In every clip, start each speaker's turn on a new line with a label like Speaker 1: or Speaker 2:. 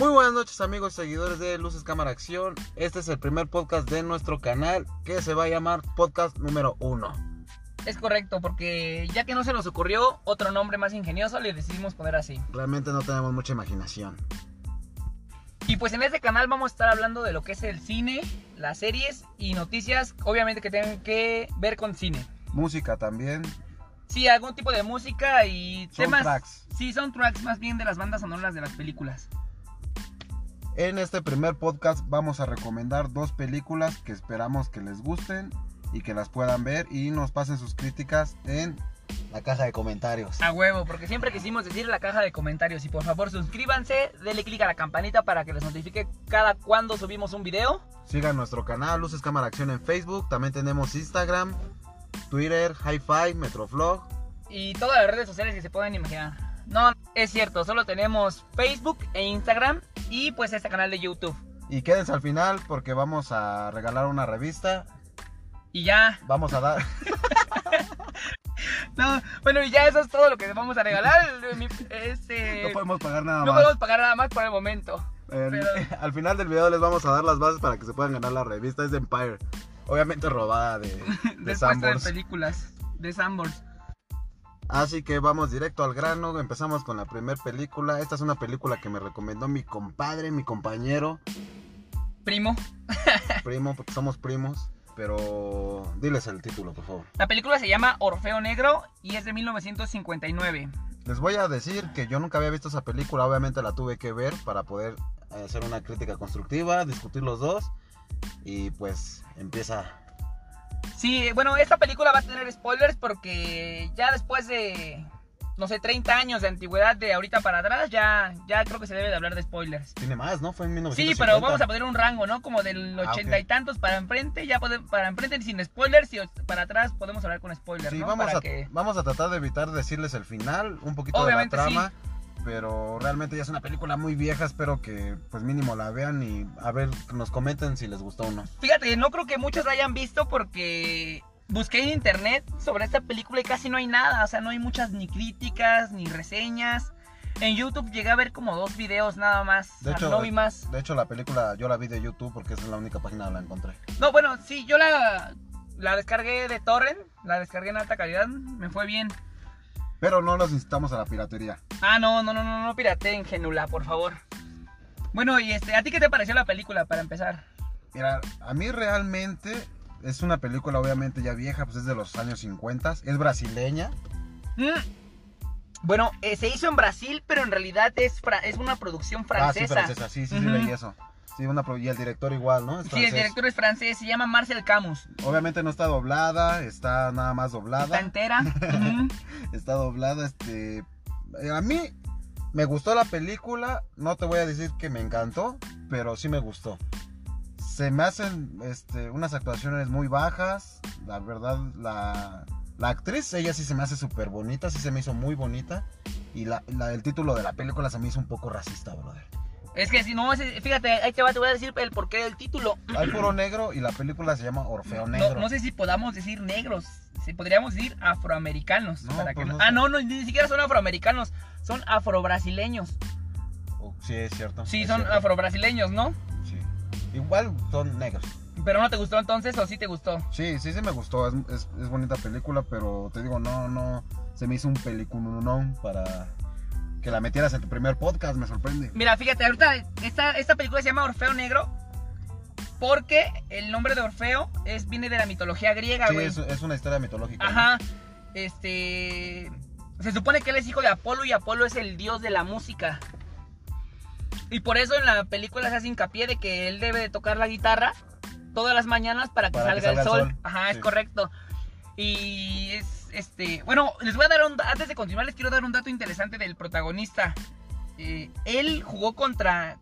Speaker 1: Muy buenas noches amigos y seguidores de Luces Cámara Acción. Este es el primer podcast de nuestro canal que se va a llamar podcast número uno.
Speaker 2: Es correcto, porque ya que no se nos ocurrió otro nombre más ingenioso, le decidimos poner así.
Speaker 1: Realmente no tenemos mucha imaginación.
Speaker 2: Y pues en este canal vamos a estar hablando de lo que es el cine, las series y noticias, obviamente que tienen que ver con cine.
Speaker 1: Música también.
Speaker 2: Sí, algún tipo de música y temas.
Speaker 1: Soundtracks.
Speaker 2: Sí, son tracks más bien de las bandas sonoras de las películas.
Speaker 1: En este primer podcast vamos a recomendar dos películas que esperamos que les gusten y que las puedan ver y nos pasen sus críticas en la caja de comentarios.
Speaker 2: A huevo, porque siempre quisimos decir en la caja de comentarios. Y por favor, suscríbanse, denle clic a la campanita para que les notifique cada cuando subimos un video.
Speaker 1: Sigan nuestro canal Luces Cámara Acción en Facebook, también tenemos Instagram, Twitter, Hi-Fi, Metroflog.
Speaker 2: Y todas las redes sociales que se puedan imaginar. No, es cierto, solo tenemos Facebook e Instagram y pues este canal de YouTube.
Speaker 1: Y quédense al final porque vamos a regalar una revista.
Speaker 2: Y ya.
Speaker 1: Vamos a dar.
Speaker 2: No, bueno, y ya eso es todo lo que vamos a regalar. Mi- Este,
Speaker 1: No podemos pagar nada
Speaker 2: no
Speaker 1: más.
Speaker 2: podemos pagar nada más por el momento.
Speaker 1: El-
Speaker 2: Pero-
Speaker 1: Al final del video les vamos a dar las bases para que se puedan ganar la revista. Es de Empire. Obviamente robada de, de
Speaker 2: Después de
Speaker 1: Sanborns.
Speaker 2: películas de Sambors.
Speaker 1: Así que vamos directo al grano. Empezamos con la primera película. Esta es una película que me recomendó mi compadre, mi compañero,
Speaker 2: Primo.
Speaker 1: primo, porque somos primos. Pero diles el título, por favor.
Speaker 2: La película se llama Orfeo Negro y es de 1959.
Speaker 1: Les voy a decir que yo nunca había visto esa película. Obviamente la tuve que ver para poder eh, hacer una crítica constructiva, discutir los dos. Y pues empieza
Speaker 2: Sí, bueno, esta película va a tener spoilers porque ya después de, no sé, 30 años de antigüedad de ahorita para atrás, ya, ya creo que se debe de hablar de spoilers.
Speaker 1: Tiene más, ¿no? Fue en
Speaker 2: Sí,
Speaker 1: 1950.
Speaker 2: pero vamos a poner un rango, ¿no? Como del
Speaker 1: Ah,
Speaker 2: 80
Speaker 1: ok.
Speaker 2: y tantos para enfrente, ya pode- para enfrente sin spoilers y para atrás podemos hablar con spoilers,
Speaker 1: Sí,
Speaker 2: ¿no?
Speaker 1: vamos
Speaker 2: Para
Speaker 1: a,
Speaker 2: que-
Speaker 1: vamos a tratar de evitar decirles el final, un poquito
Speaker 2: Obviamente,
Speaker 1: de la trama. Pero realmente ya es una película muy vieja, espero que pues mínimo la vean y a ver, nos comenten si les gustó o no.
Speaker 2: Fíjate, no creo que muchos la hayan visto porque busqué en internet sobre esta película y casi no hay nada. O sea, no hay muchas ni críticas, ni reseñas. En YouTube llegué a ver como dos videos nada más.
Speaker 1: De
Speaker 2: o sea,
Speaker 1: hecho,
Speaker 2: no vi más.
Speaker 1: De hecho, la película yo la vi de YouTube porque esa es la única página donde la encontré.
Speaker 2: No, bueno, sí, yo la, la descargué de torrent, la descargué en alta calidad, me fue bien.
Speaker 1: Pero no los incitamos a la piratería.
Speaker 2: Ah, no, no, no, no, no pirateen, Genula, por favor. Bueno, y este, ¿a ti qué te pareció la película para empezar?
Speaker 1: Mira, a mí realmente es una película obviamente ya vieja, pues es de los años 50, es brasileña.
Speaker 2: Mm. Bueno, eh, se hizo en Brasil, pero en realidad es, fra- es una producción
Speaker 1: Ah, sí, francesa, sí, sí, sí,
Speaker 2: Ujú.
Speaker 1: leí eso. Sí, una, pro- y el director igual, ¿no? Es
Speaker 2: Sí, el
Speaker 1: francés.
Speaker 2: director es francés, se llama Marcel Camus.
Speaker 1: Obviamente no está doblada, está nada más
Speaker 2: Está
Speaker 1: doblada.
Speaker 2: entera. Ujú.
Speaker 1: Está doblada, este... eh, A mí me gustó la película, no te voy a decir que me encantó, pero sí me gustó. Se me hacen este, unas actuaciones muy bajas, la verdad, la, la actriz, ella sí se me hace súper bonita, sí se me hizo muy bonita. Y la, la- el título de la película se me hizo un poco racista, brother.
Speaker 2: Es que si no, ese- fíjate, ahí te, va, te voy a decir el porqué del título.
Speaker 1: Hay puro negro y la película se llama Orfeo
Speaker 2: No-
Speaker 1: Negro.
Speaker 2: No, sé si podamos decir negros, si podríamos decir afroamericanos.
Speaker 1: No,
Speaker 2: para
Speaker 1: pues
Speaker 2: que no-
Speaker 1: no sé.
Speaker 2: Ah, no, no, ni siquiera son afroamericanos, son afrobrasileños.
Speaker 1: Oh, sí, es cierto.
Speaker 2: Sí,
Speaker 1: es
Speaker 2: son
Speaker 1: cierto.
Speaker 2: afrobrasileños, ¿no?
Speaker 1: Sí. Igual son negros.
Speaker 2: Pero no te gustó entonces o sí te gustó.
Speaker 1: Sí, sí, sí me gustó. Es, es- es bonita película, pero te digo, no, no. Se me hizo un peliculón para que la metieras en tu primer podcast, me sorprende.
Speaker 2: Mira, fíjate, ahorita esta, esta película se llama Orfeo Negro porque el nombre de Orfeo es, viene de la mitología griega,
Speaker 1: Sí,
Speaker 2: güey.
Speaker 1: es, es una historia mitológica.
Speaker 2: Ajá. Este. Se supone que él es hijo de Apolo y Apolo es el dios de la música. Y por eso en la película se hace hincapié de que él debe de tocar la guitarra todas las mañanas para que,
Speaker 1: Para
Speaker 2: salga,
Speaker 1: que
Speaker 2: el sol. Ajá,
Speaker 1: Sí.
Speaker 2: es correcto. Y es este. Bueno, les voy a dar un. Antes de continuar, les quiero dar un dato interesante del protagonista. Eh, él jugó contra.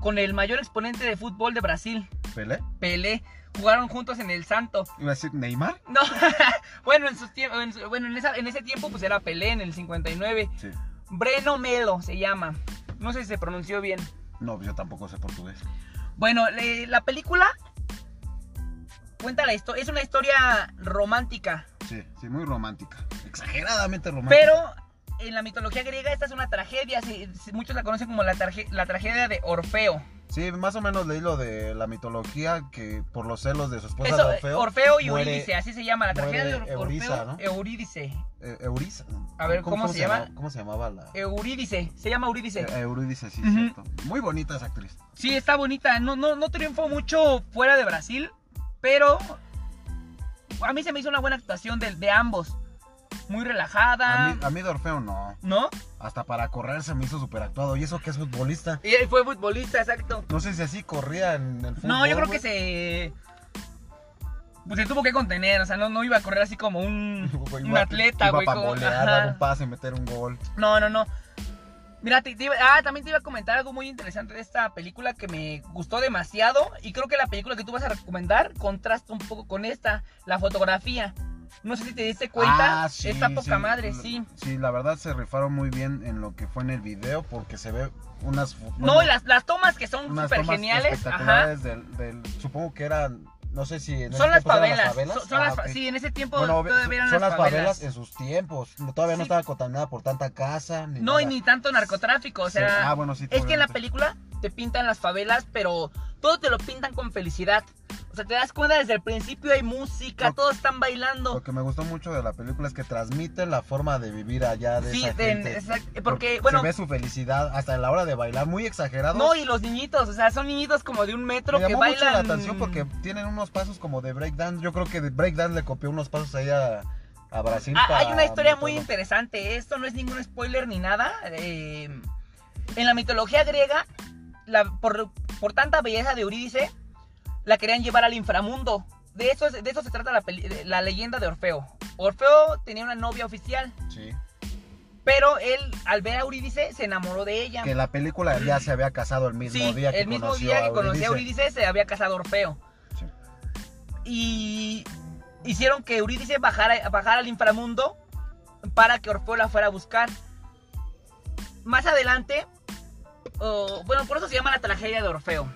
Speaker 2: Con el mayor exponente de fútbol de Brasil,
Speaker 1: ¿no? ¿Pelé?
Speaker 2: Pelé. Jugaron juntos en el Santo.
Speaker 1: ¿Iba a decir Neymar?
Speaker 2: No, bueno, en, sus tiemp- en su- bueno en, esa- en ese tiempo pues era Pelé en el 59.
Speaker 1: Sí.
Speaker 2: Breno Melo se llama. No sé si se pronunció bien.
Speaker 1: No, pues yo tampoco sé portugués.
Speaker 2: Bueno, le- la película cuenta la historia, es una historia romántica,
Speaker 1: Sí, sí, muy romántica. Exageradamente romántica.
Speaker 2: pero en la mitología griega esta es una tragedia, se- se- muchos la conocen como la, targe- la tragedia de Orfeo.
Speaker 1: Sí, más o menos leí lo de la mitología que por los celos de su esposa
Speaker 2: Eso, eh,
Speaker 1: de
Speaker 2: Orfeo,
Speaker 1: Orfeo.
Speaker 2: y
Speaker 1: muere-
Speaker 2: Eurídice, así se llama, la tragedia de
Speaker 1: muere
Speaker 2: Or-
Speaker 1: Eurisa,
Speaker 2: Orfeo,
Speaker 1: ¿no?
Speaker 2: Eurídice,
Speaker 1: eh, Euris-
Speaker 2: A ver, ¿cómo se llama?
Speaker 1: llamaba- ¿Cómo se llamaba la?
Speaker 2: Eurídice, se llama Eurídice.
Speaker 1: Eh, Eurídice, sí,
Speaker 2: Ujú.
Speaker 1: cierto. Muy bonita esa actriz.
Speaker 2: Sí, está bonita. No, no, no triunfó mucho fuera de Brasil, pero a mí se me hizo una buena actuación de, de ambos. Muy relajada,
Speaker 1: A, mí, a mí de Orfeo no.
Speaker 2: ¿no?
Speaker 1: Hasta para correr se me hizo súper actuado. Y eso que es futbolista.
Speaker 2: Y él fue futbolista, exacto.
Speaker 1: No sé si así corría en el fútbol.
Speaker 2: No, yo creo que
Speaker 1: güey.
Speaker 2: se... Pues se tuvo que contener, o sea, no, no iba a correr así como un,
Speaker 1: Güey,
Speaker 2: un
Speaker 1: iba-
Speaker 2: atleta, güey.
Speaker 1: Iba para
Speaker 2: como-
Speaker 1: golear,
Speaker 2: ajá.
Speaker 1: dar un pase, meter un gol.
Speaker 2: No, no, no. Mira, te- te iba- ah, también te iba a comentar algo muy interesante de esta película que me gustó demasiado y creo que la película que tú vas a recomendar contrasta un poco con esta, la fotografía. No sé si te diste cuenta,
Speaker 1: Ah, sí,
Speaker 2: está
Speaker 1: sí, mm,
Speaker 2: poca madre,
Speaker 1: la-
Speaker 2: sí.
Speaker 1: Sí, la verdad se rifaron muy bien en lo que fue en el video porque se ve unas... fu-
Speaker 2: No,
Speaker 1: bueno,
Speaker 2: y las, las tomas que son
Speaker 1: unas
Speaker 2: súper
Speaker 1: tomas
Speaker 2: geniales, ajá.
Speaker 1: espectaculares Del, del- supongo que eran, no sé si... en ese
Speaker 2: Son las
Speaker 1: tiempo eran
Speaker 2: favelas, son, son
Speaker 1: Ah,
Speaker 2: las, fa-
Speaker 1: ok.
Speaker 2: sí, en ese tiempo
Speaker 1: Bueno, obvi-
Speaker 2: todavía eran
Speaker 1: son
Speaker 2: las, favelas.
Speaker 1: en sus tiempos. No- Todavía
Speaker 2: Sí.
Speaker 1: no estaba contaminada por tanta casa. Ni
Speaker 2: No,
Speaker 1: nada.
Speaker 2: y ni tanto narcotráfico, o
Speaker 1: Sí.
Speaker 2: sea,
Speaker 1: Ah, bueno, sí,
Speaker 2: Es que en la
Speaker 1: obviamente.
Speaker 2: película te pintan las favelas, pero todo te lo pintan con felicidad. O sea, te das cuenta desde el principio hay música,
Speaker 1: Lo-
Speaker 2: todos están bailando.
Speaker 1: Lo que me gustó mucho de la película es que transmite la forma de vivir allá de
Speaker 2: Sí,
Speaker 1: esa
Speaker 2: de-
Speaker 1: gente.
Speaker 2: exact- porque, bueno,
Speaker 1: se ve su felicidad hasta la hora de bailar, muy exagerado.
Speaker 2: no, y los niñitos, o sea, son niñitos como de un metro
Speaker 1: me
Speaker 2: que
Speaker 1: llamó mucho
Speaker 2: bailan.
Speaker 1: la atención porque tienen unos pasos como de breakdance. Yo creo que de breakdance le copió unos pasos ahí a, a Brasil.
Speaker 2: Ah,
Speaker 1: para
Speaker 2: hay una historia muy
Speaker 1: meterlo.
Speaker 2: interesante. Esto no es ningún spoiler ni nada. Eh, en la mitología griega, la- por, por tanta belleza de Eurídice, la querían llevar al inframundo. De eso, es- de eso se trata la, peli- la leyenda de Orfeo. Orfeo tenía una novia oficial,
Speaker 1: Sí.
Speaker 2: pero él, al ver a Eurídice, se enamoró de ella.
Speaker 1: Que la película ya se había casado el mismo
Speaker 2: sí,
Speaker 1: día que
Speaker 2: el mismo
Speaker 1: conoció
Speaker 2: día
Speaker 1: a
Speaker 2: que conocí a Eurídice, se había casado Orfeo.
Speaker 1: Sí.
Speaker 2: y hicieron que Eurídice bajara, bajara al inframundo para que Orfeo la fuera a buscar. Más adelante, oh, bueno, por eso se llama la tragedia de Orfeo.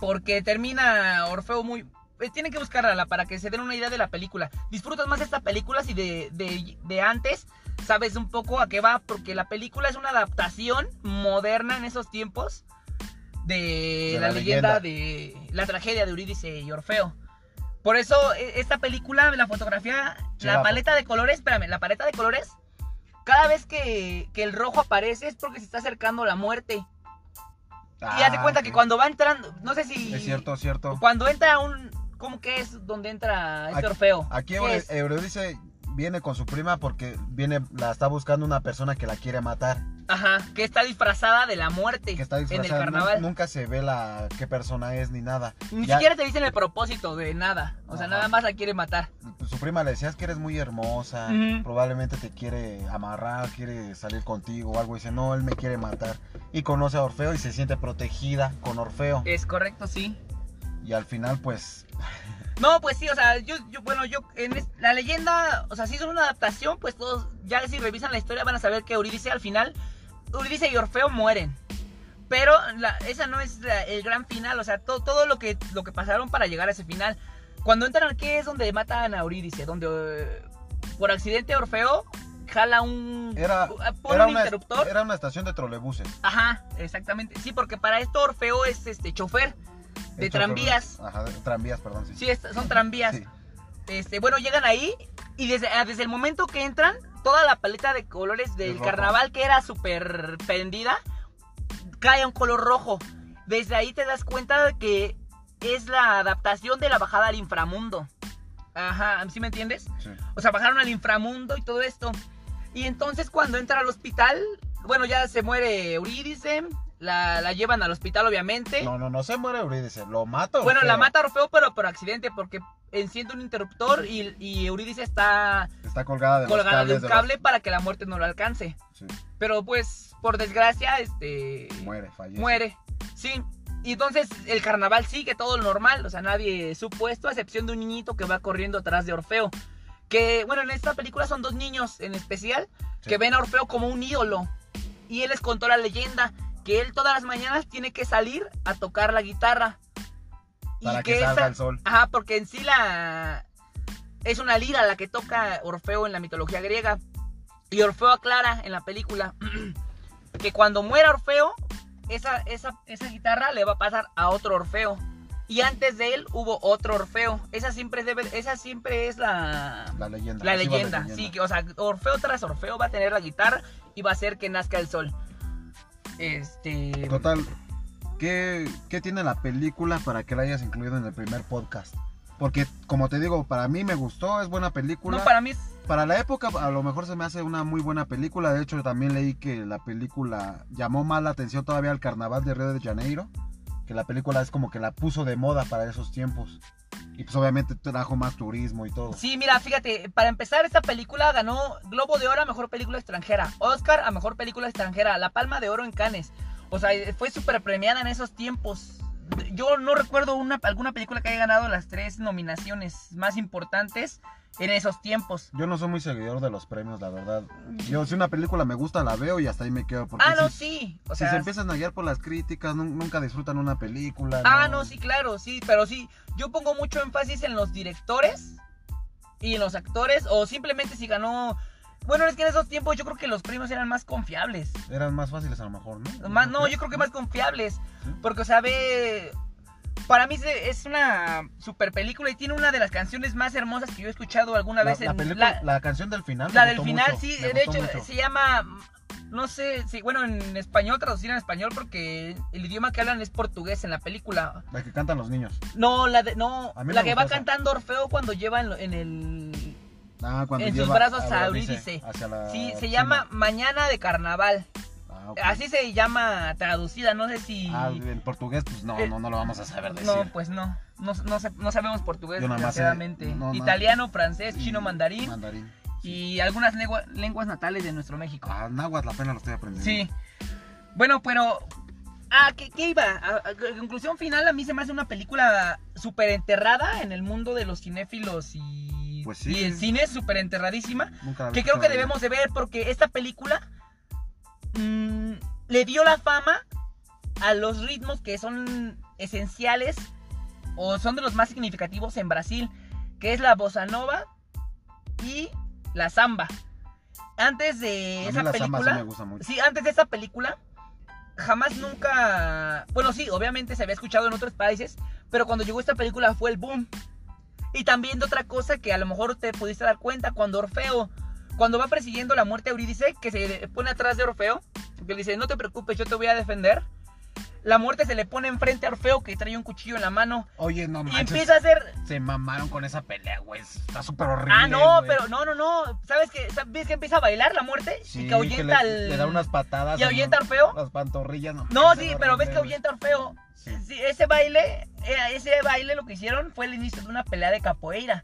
Speaker 2: Porque termina Orfeo muy... eh, Tienen que buscarla para que se den una idea de la película. Disfrutas más esta película si de, de- de antes sabes un poco a qué va, porque la película es una adaptación moderna en esos tiempos de,
Speaker 1: De
Speaker 2: la,
Speaker 1: la
Speaker 2: leyenda
Speaker 1: leyenda.
Speaker 2: de la tragedia de Eurídice y Orfeo. Por eso e- esta película, la fotografía,
Speaker 1: Sí,
Speaker 2: la
Speaker 1: la-
Speaker 2: paleta de colores, espérame, la paleta de colores, cada vez que, que el rojo aparece es porque se está acercando la muerte. y haz de cuenta que cuando va entrando, no sé si...
Speaker 1: Ah, Es cierto, cierto.
Speaker 2: Cuando entra un... ¿Cómo que es donde entra este
Speaker 1: Aquí-
Speaker 2: Orfeo?
Speaker 1: Aquí eh,
Speaker 2: ¿Qué
Speaker 1: Eure-
Speaker 2: es?
Speaker 1: Eurídice viene con su prima porque viene, la está buscando una persona que la quiere matar.
Speaker 2: Ajá, que está disfrazada de la muerte
Speaker 1: Que está
Speaker 2: en el
Speaker 1: disfrazada. Nu-
Speaker 2: carnaval.
Speaker 1: Nunca se ve la qué persona es ni nada.
Speaker 2: Ni
Speaker 1: Ya-
Speaker 2: siquiera te dicen el propósito de nada. O sea,
Speaker 1: Ajá.
Speaker 2: nada más la quiere matar.
Speaker 1: Su prima le decías que eres muy hermosa,
Speaker 2: Ujú.
Speaker 1: probablemente te quiere amarrar, quiere salir contigo o algo. Y dice, no, él me quiere matar. Y conoce a Orfeo y se siente protegida con Orfeo.
Speaker 2: Es correcto, sí.
Speaker 1: Y al final, pues,
Speaker 2: No, pues sí, o sea, yo, yo- bueno, yo, en es- la leyenda, o sea, si es una adaptación, pues todos, ya si revisan la historia van a saber que Eurídice al final, Eurídice y Orfeo mueren. Pero la- esa no es la- el gran final, o sea, to- todo lo que, lo que pasaron para llegar a ese final. Cuando entran aquí es donde matan a Eurídice, donde eh, por accidente Orfeo jala un... uh,
Speaker 1: era,
Speaker 2: pone
Speaker 1: era
Speaker 2: un
Speaker 1: una,
Speaker 2: interruptor.
Speaker 1: era una estación de trolebuses.
Speaker 2: Ajá, exactamente. Sí, porque para esto Orfeo es este chofer de
Speaker 1: Hecho,
Speaker 2: tranvías.
Speaker 1: Ajá, de tranvías, perdón. Sí,
Speaker 2: Sí, es- son tranvías.
Speaker 1: Sí.
Speaker 2: Este, bueno, llegan ahí y desde, ah, desde el momento que entran, toda la paleta de colores del
Speaker 1: rojo.
Speaker 2: carnaval que era súper pendida, cae a un color rojo. Desde ahí te das cuenta de que es la adaptación de la bajada al inframundo. Ajá, ¿sí me entiendes?
Speaker 1: sí.
Speaker 2: O sea, bajaron al inframundo y todo esto. Y entonces cuando entra al hospital, bueno, ya se muere Eurídice, la, la llevan al hospital obviamente.
Speaker 1: No, no, no se muere Eurídice, lo mata
Speaker 2: Bueno, la
Speaker 1: Orfeo.
Speaker 2: mata Orfeo, pero por accidente, porque enciende un interruptor y, y Eurídice está
Speaker 1: Está colgada de los
Speaker 2: colgada de
Speaker 1: cables
Speaker 2: un
Speaker 1: de los-
Speaker 2: cable para que la muerte no lo alcance.
Speaker 1: Sí,
Speaker 2: Pero pues, por desgracia, este...
Speaker 1: muere, fallece.
Speaker 2: muere. Sí. Y entonces el carnaval sigue todo lo normal, o sea, nadie supuesto, a excepción de un niñito que va corriendo atrás de Orfeo. Que, bueno, en esta película son dos niños en especial
Speaker 1: Sí.
Speaker 2: que ven a Orfeo como un ídolo. Y él les contó la leyenda que él todas las mañanas tiene que salir a tocar la guitarra.
Speaker 1: Para que salga
Speaker 2: esa-
Speaker 1: el sol.
Speaker 2: Ajá, porque en sí la... Es una lira la que toca Orfeo en la mitología griega. Y Orfeo aclara en la película que cuando muera Orfeo, esa, esa, esa guitarra le va a pasar a otro Orfeo. Y antes de él hubo otro Orfeo. Esa siempre, debe, esa siempre es la,
Speaker 1: La leyenda.
Speaker 2: la
Speaker 1: así va
Speaker 2: leyenda. Sí, que, o sea, Orfeo tras Orfeo va a tener la guitarra y va a hacer que nazca el sol. Este.
Speaker 1: Total, ¿qué, qué tiene la película para que la hayas incluido en el primer podcast? Porque, como te digo, para mí me gustó, es buena película.
Speaker 2: No,
Speaker 1: para...
Speaker 2: para mí es-
Speaker 1: la época, a lo mejor se me hace una muy buena película. De hecho, también leí que la película llamó más la atención todavía al carnaval de Río de Janeiro. Que la película es como que la puso de moda para esos tiempos. Y pues obviamente trajo más turismo y todo.
Speaker 2: Sí, mira, fíjate, para empezar, esta película ganó Globo de Oro a Mejor Película Extranjera, Oscar a Mejor Película Extranjera, La Palma de Oro en Cannes. O sea, fue súper premiada en esos tiempos. Yo no recuerdo una, alguna película que haya ganado las tres nominaciones más importantes en esos tiempos.
Speaker 1: Yo no soy muy seguidor de los premios, la verdad. Yo si una película me gusta, la veo y hasta ahí me quedo. Porque
Speaker 2: Ah, no,
Speaker 1: si,
Speaker 2: sí. O
Speaker 1: si
Speaker 2: sea,
Speaker 1: se empiezan a guiar por las críticas, nun- nunca disfrutan una película.
Speaker 2: Ah, no, sí, claro, sí, pero sí, yo pongo mucho énfasis en los directores y en los actores, o simplemente si ganó... Bueno, es que en esos tiempos yo creo que los premios eran más confiables.
Speaker 1: Eran más fáciles a lo mejor, ¿no?
Speaker 2: Más, no, yo creo que más confiables.
Speaker 1: Sí.
Speaker 2: Porque, o sea, ve. Para mí se- es una super película y tiene una de las canciones más hermosas que yo he escuchado alguna
Speaker 1: La,
Speaker 2: vez.
Speaker 1: la
Speaker 2: en-
Speaker 1: película-
Speaker 2: la-
Speaker 1: la canción del final. me
Speaker 2: la del
Speaker 1: gustó
Speaker 2: final,
Speaker 1: mucho,
Speaker 2: sí.
Speaker 1: me
Speaker 2: De
Speaker 1: gustó
Speaker 2: hecho,
Speaker 1: mucho.
Speaker 2: se llama. No sé si, bueno, en español, traducir en español, porque el idioma que hablan es portugués en la película.
Speaker 1: La que cantan los niños.
Speaker 2: No, la de, no,
Speaker 1: A mí me
Speaker 2: la que
Speaker 1: gustó
Speaker 2: va
Speaker 1: esa.
Speaker 2: cantando Orfeo cuando lleva en, lo- en el.
Speaker 1: Ah, cuando
Speaker 2: En sus
Speaker 1: lleva
Speaker 2: brazos a
Speaker 1: Eurídice
Speaker 2: Eurídice.
Speaker 1: hacia la
Speaker 2: Sí, se
Speaker 1: cima.
Speaker 2: llama Mañana de Carnaval.
Speaker 1: Ah, ok.
Speaker 2: Así se llama traducida, no sé si.
Speaker 1: Ah, en portugués, pues no,
Speaker 2: Eh,
Speaker 1: no, no lo vamos a saber decir.
Speaker 2: No, pues no. No, no sa- no sabemos portugués,
Speaker 1: Yo nada más sé-
Speaker 2: desgraciadamente.
Speaker 1: no, nada-
Speaker 2: Italiano, francés,
Speaker 1: Y-
Speaker 2: chino, mandarín
Speaker 1: Mandarín.
Speaker 2: y algunas lengua- lenguas natales de nuestro México.
Speaker 1: Ah, náhuatl apenas lo estoy aprendiendo.
Speaker 2: Sí. Bueno, pero. Ah, ¿qué, qué iba? A, a- conclusión final, a mí se me hace una película súper enterrada en el mundo de los cinéfilos y,
Speaker 1: Pues sí.
Speaker 2: y el cine, súper enterradísima.
Speaker 1: Nunca la
Speaker 2: Que
Speaker 1: había
Speaker 2: creo que
Speaker 1: escuchado.
Speaker 2: debemos de ver porque esta película mm, le dio la fama a los ritmos que son esenciales o son de los más significativos en Brasil, que es la bossa nova y la samba. Antes
Speaker 1: A
Speaker 2: de
Speaker 1: mí
Speaker 2: esa
Speaker 1: la samba sí
Speaker 2: película,
Speaker 1: me gusta mucho.
Speaker 2: Sí, antes de esta película, jamás nunca. Bueno, sí, obviamente se había escuchado en otros países, pero cuando llegó esta película fue el boom. Y también de otra cosa que a lo mejor te pudiste dar cuenta, cuando Orfeo, cuando va persiguiendo la muerte de Eurídice, que se pone atrás de Orfeo, que le dice: No te preocupes, yo te voy a defender. La muerte se le pone enfrente a Orfeo, que trae un cuchillo en la mano,
Speaker 1: Oye, no
Speaker 2: y
Speaker 1: manches.
Speaker 2: empieza a hacer.
Speaker 1: Se mamaron con esa pelea, güey. Está súper horrible.
Speaker 2: Ah, no,
Speaker 1: güey.
Speaker 2: pero no, no, no. ¿Sabes que, ¿Ves que empieza a bailar la muerte?
Speaker 1: Sí,
Speaker 2: y que
Speaker 1: que
Speaker 2: ahuyenta
Speaker 1: le,
Speaker 2: al.
Speaker 1: le da unas patadas.
Speaker 2: y
Speaker 1: en
Speaker 2: ahuyenta a Orfeo.
Speaker 1: Las pantorrillas. No,
Speaker 2: No,
Speaker 1: manches,
Speaker 2: sí,
Speaker 1: era
Speaker 2: pero ves
Speaker 1: horrible,
Speaker 2: que ahuyenta a Orfeo.
Speaker 1: güey. Sí.
Speaker 2: Sí, ese baile, eh, ese baile lo que hicieron fue el inicio de una pelea de capoeira.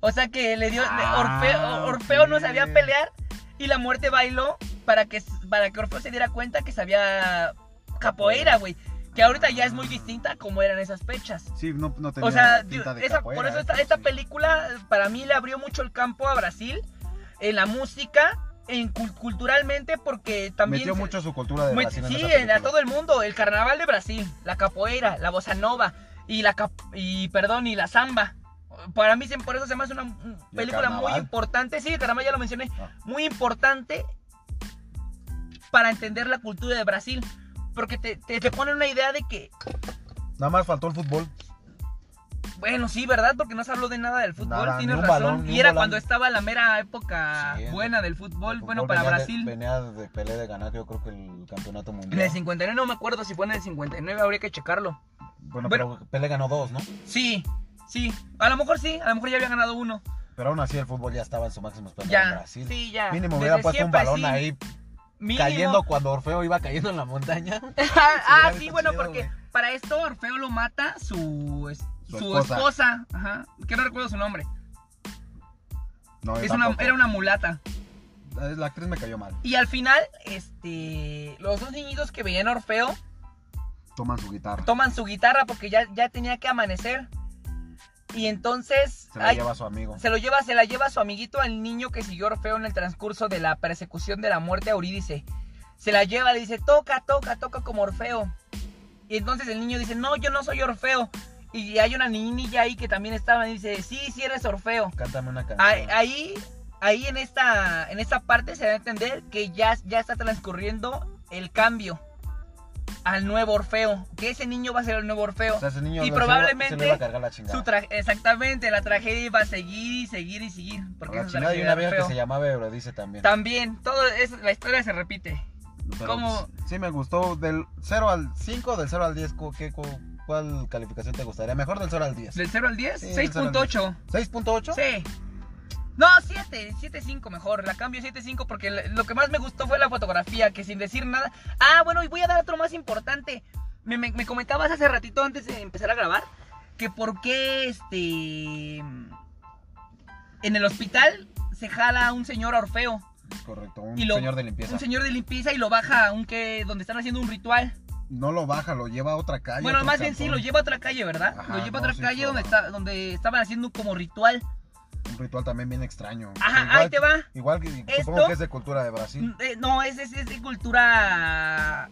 Speaker 2: O sea que le dio
Speaker 1: Ah,
Speaker 2: Orfeo, Orfeo no
Speaker 1: ok.
Speaker 2: sabía pelear y la muerte bailó para que para que Orfeo se diera cuenta que sabía capoeira, güey, que ahorita ya es muy distinta a como eran esas fechas.
Speaker 1: Sí, no, no tenía
Speaker 2: O sea,
Speaker 1: pinta
Speaker 2: digo,
Speaker 1: de
Speaker 2: esa-
Speaker 1: capoeira,
Speaker 2: por eso
Speaker 1: eh,
Speaker 2: esta,
Speaker 1: pero
Speaker 2: esta
Speaker 1: sí.
Speaker 2: película para mí le abrió mucho el campo a Brasil en la música, en cul- culturalmente porque también
Speaker 1: Metió
Speaker 2: se-
Speaker 1: mucho su cultura de
Speaker 2: muy-
Speaker 1: Brasil en
Speaker 2: sí,
Speaker 1: esa
Speaker 2: en- a
Speaker 1: película.
Speaker 2: todo el mundo. El carnaval de Brasil, la capoeira, la bossa nova y la cap- y perdón y la samba. Para mí se- por eso se me hace una mm,
Speaker 1: ¿Y el
Speaker 2: película muy
Speaker 1: carnaval?
Speaker 2: importante. Sí, el carnaval ya lo mencioné.
Speaker 1: Ah.
Speaker 2: Muy importante para entender la cultura de Brasil. Porque te, te, te pone una idea de que,
Speaker 1: Nada más faltó el fútbol.
Speaker 2: bueno, sí, ¿verdad? Porque no se habló de nada del fútbol,
Speaker 1: Nada, ni
Speaker 2: tienes
Speaker 1: un
Speaker 2: razón.
Speaker 1: balón, ni
Speaker 2: y
Speaker 1: un
Speaker 2: era
Speaker 1: balón.
Speaker 2: cuando estaba la mera época
Speaker 1: Sí,
Speaker 2: buena del fútbol, bueno, para
Speaker 1: venía de-
Speaker 2: Brasil.
Speaker 1: venía de Pelé de ganar, yo creo que el campeonato
Speaker 2: En el
Speaker 1: mundial.
Speaker 2: 59 no me acuerdo si fue en el 59, habría que checarlo.
Speaker 1: Bueno,
Speaker 2: Bueno.
Speaker 1: pero Pelé ganó dos, ¿no?
Speaker 2: Sí, sí. A lo mejor sí, a lo mejor ya había ganado uno.
Speaker 1: Pero aún así el fútbol ya estaba en su máximo esplendor en
Speaker 2: Ya.
Speaker 1: Brasil.
Speaker 2: Sí, ya.
Speaker 1: Mínimo
Speaker 2: Desde
Speaker 1: hubiera puesto un
Speaker 2: siempre
Speaker 1: balón
Speaker 2: sí,
Speaker 1: ahí
Speaker 2: mínimo.
Speaker 1: cayendo cuando Orfeo iba cayendo en la montaña.
Speaker 2: ah,
Speaker 1: Sí,
Speaker 2: sí,
Speaker 1: está
Speaker 2: bueno,
Speaker 1: chido,
Speaker 2: porque
Speaker 1: güey.
Speaker 2: para esto Orfeo lo mata su, es-
Speaker 1: Su
Speaker 2: su
Speaker 1: esposa.
Speaker 2: esposa. Ajá. Que no recuerdo su nombre.
Speaker 1: No, yo Pues
Speaker 2: Es una,
Speaker 1: tampoco.
Speaker 2: era una mulata.
Speaker 1: La actriz me cayó mal.
Speaker 2: Y al final, este. Los dos niñitos que veían a Orfeo
Speaker 1: Toman su guitarra.
Speaker 2: toman su guitarra porque ya, ya tenía que amanecer. Y entonces.
Speaker 1: Se la
Speaker 2: ay,
Speaker 1: lleva a su amigo.
Speaker 2: Se lo lleva, se la lleva a su amiguito, al niño que siguió a Orfeo en el transcurso de la persecución de la muerte a Eurídice. Se la lleva, le dice, toca, toca, toca como Orfeo. Y entonces el niño dice, no, yo no soy Orfeo. Y hay una niñilla ahí que también estaba y dice, sí, sí eres Orfeo.
Speaker 1: Cántame una canción.
Speaker 2: Ahí, ahí, ahí en esta, en esta parte se da a entender que ya, ya está transcurriendo el cambio al nuevo Orfeo. Que ese niño va a ser el nuevo Orfeo.
Speaker 1: O sea, ese niño
Speaker 2: Y
Speaker 1: lo- se lo- se lo iba
Speaker 2: probablemente
Speaker 1: a cargar la
Speaker 2: Su
Speaker 1: chingada.
Speaker 2: tra- exactamente, la tragedia iba a seguir y seguir y seguir. Porque
Speaker 1: la
Speaker 2: es
Speaker 1: chingada y una vieja que
Speaker 2: Orfeo.
Speaker 1: se llamaba Eurodice también.
Speaker 2: También, todo es, la historia se repite.
Speaker 1: Pero,
Speaker 2: ¿Cómo?
Speaker 1: pues, sí, me gustó. Del 0 al 5, del 0 al 10, cu- ¿qué, cu- ¿cuál calificación te gustaría? Mejor del 0 al 10.
Speaker 2: Del 0 al 10,
Speaker 1: Sí, del
Speaker 2: 6.8.
Speaker 1: 6.8.
Speaker 2: Sí. No, 7, 7.5 mejor. La cambio 7.5 porque l- lo que más me gustó fue la fotografía, que sin decir nada. Ah, bueno, y voy a dar otro más importante. Me, me- me comentabas hace ratito antes de empezar a grabar que por qué este. En el hospital se jala un señor a Orfeo,
Speaker 1: Es correcto, un
Speaker 2: Y lo-
Speaker 1: señor de limpieza.
Speaker 2: un señor de limpieza y lo baja a un que. donde están haciendo un ritual.
Speaker 1: No lo baja, lo lleva a otra calle.
Speaker 2: bueno,
Speaker 1: otro
Speaker 2: más bien sí,
Speaker 1: cantón.
Speaker 2: lo lleva a otra calle, ¿verdad?
Speaker 1: Ajá,
Speaker 2: lo lleva a
Speaker 1: no,
Speaker 2: otra
Speaker 1: sí,
Speaker 2: calle
Speaker 1: fue-
Speaker 2: donde, está, donde estaban haciendo como ritual.
Speaker 1: Un ritual también bien extraño.
Speaker 2: Ajá, ahí te va.
Speaker 1: Igual que
Speaker 2: Esto-
Speaker 1: supongo que es de cultura de Brasil.
Speaker 2: Eh, No, es, es, es de cultura.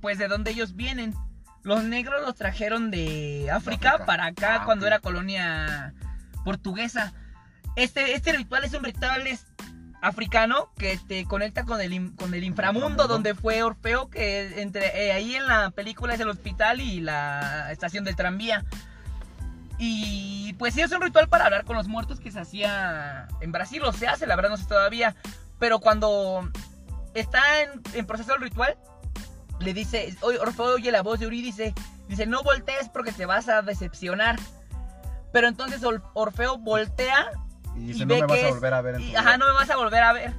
Speaker 2: Pues de donde ellos vienen. Los negros los trajeron de África
Speaker 1: África.
Speaker 2: para acá
Speaker 1: Ah,
Speaker 2: cuando
Speaker 1: ok.
Speaker 2: era colonia portuguesa. Este, este ritual es un ritual es- africano que te conecta con el, in- con el inframundo,
Speaker 1: inframundo.
Speaker 2: donde fue Orfeo, que entre eh, ahí en la película es el hospital y la estación del tranvía. Y pues sí, es un ritual para hablar con los muertos que se hacía en Brasil, o se hace, la verdad no sé todavía. Pero cuando está en, en proceso el ritual, le dice, oye, Orfeo oye la voz de Eurídice, dice, no voltees porque te vas a decepcionar. Pero entonces Or- Orfeo voltea
Speaker 1: Y
Speaker 2: y
Speaker 1: dice, no
Speaker 2: ve
Speaker 1: me vas
Speaker 2: que
Speaker 1: a
Speaker 2: es-
Speaker 1: volver a ver en
Speaker 2: y,
Speaker 1: tu
Speaker 2: ajá,
Speaker 1: vida".
Speaker 2: no me vas a volver a ver.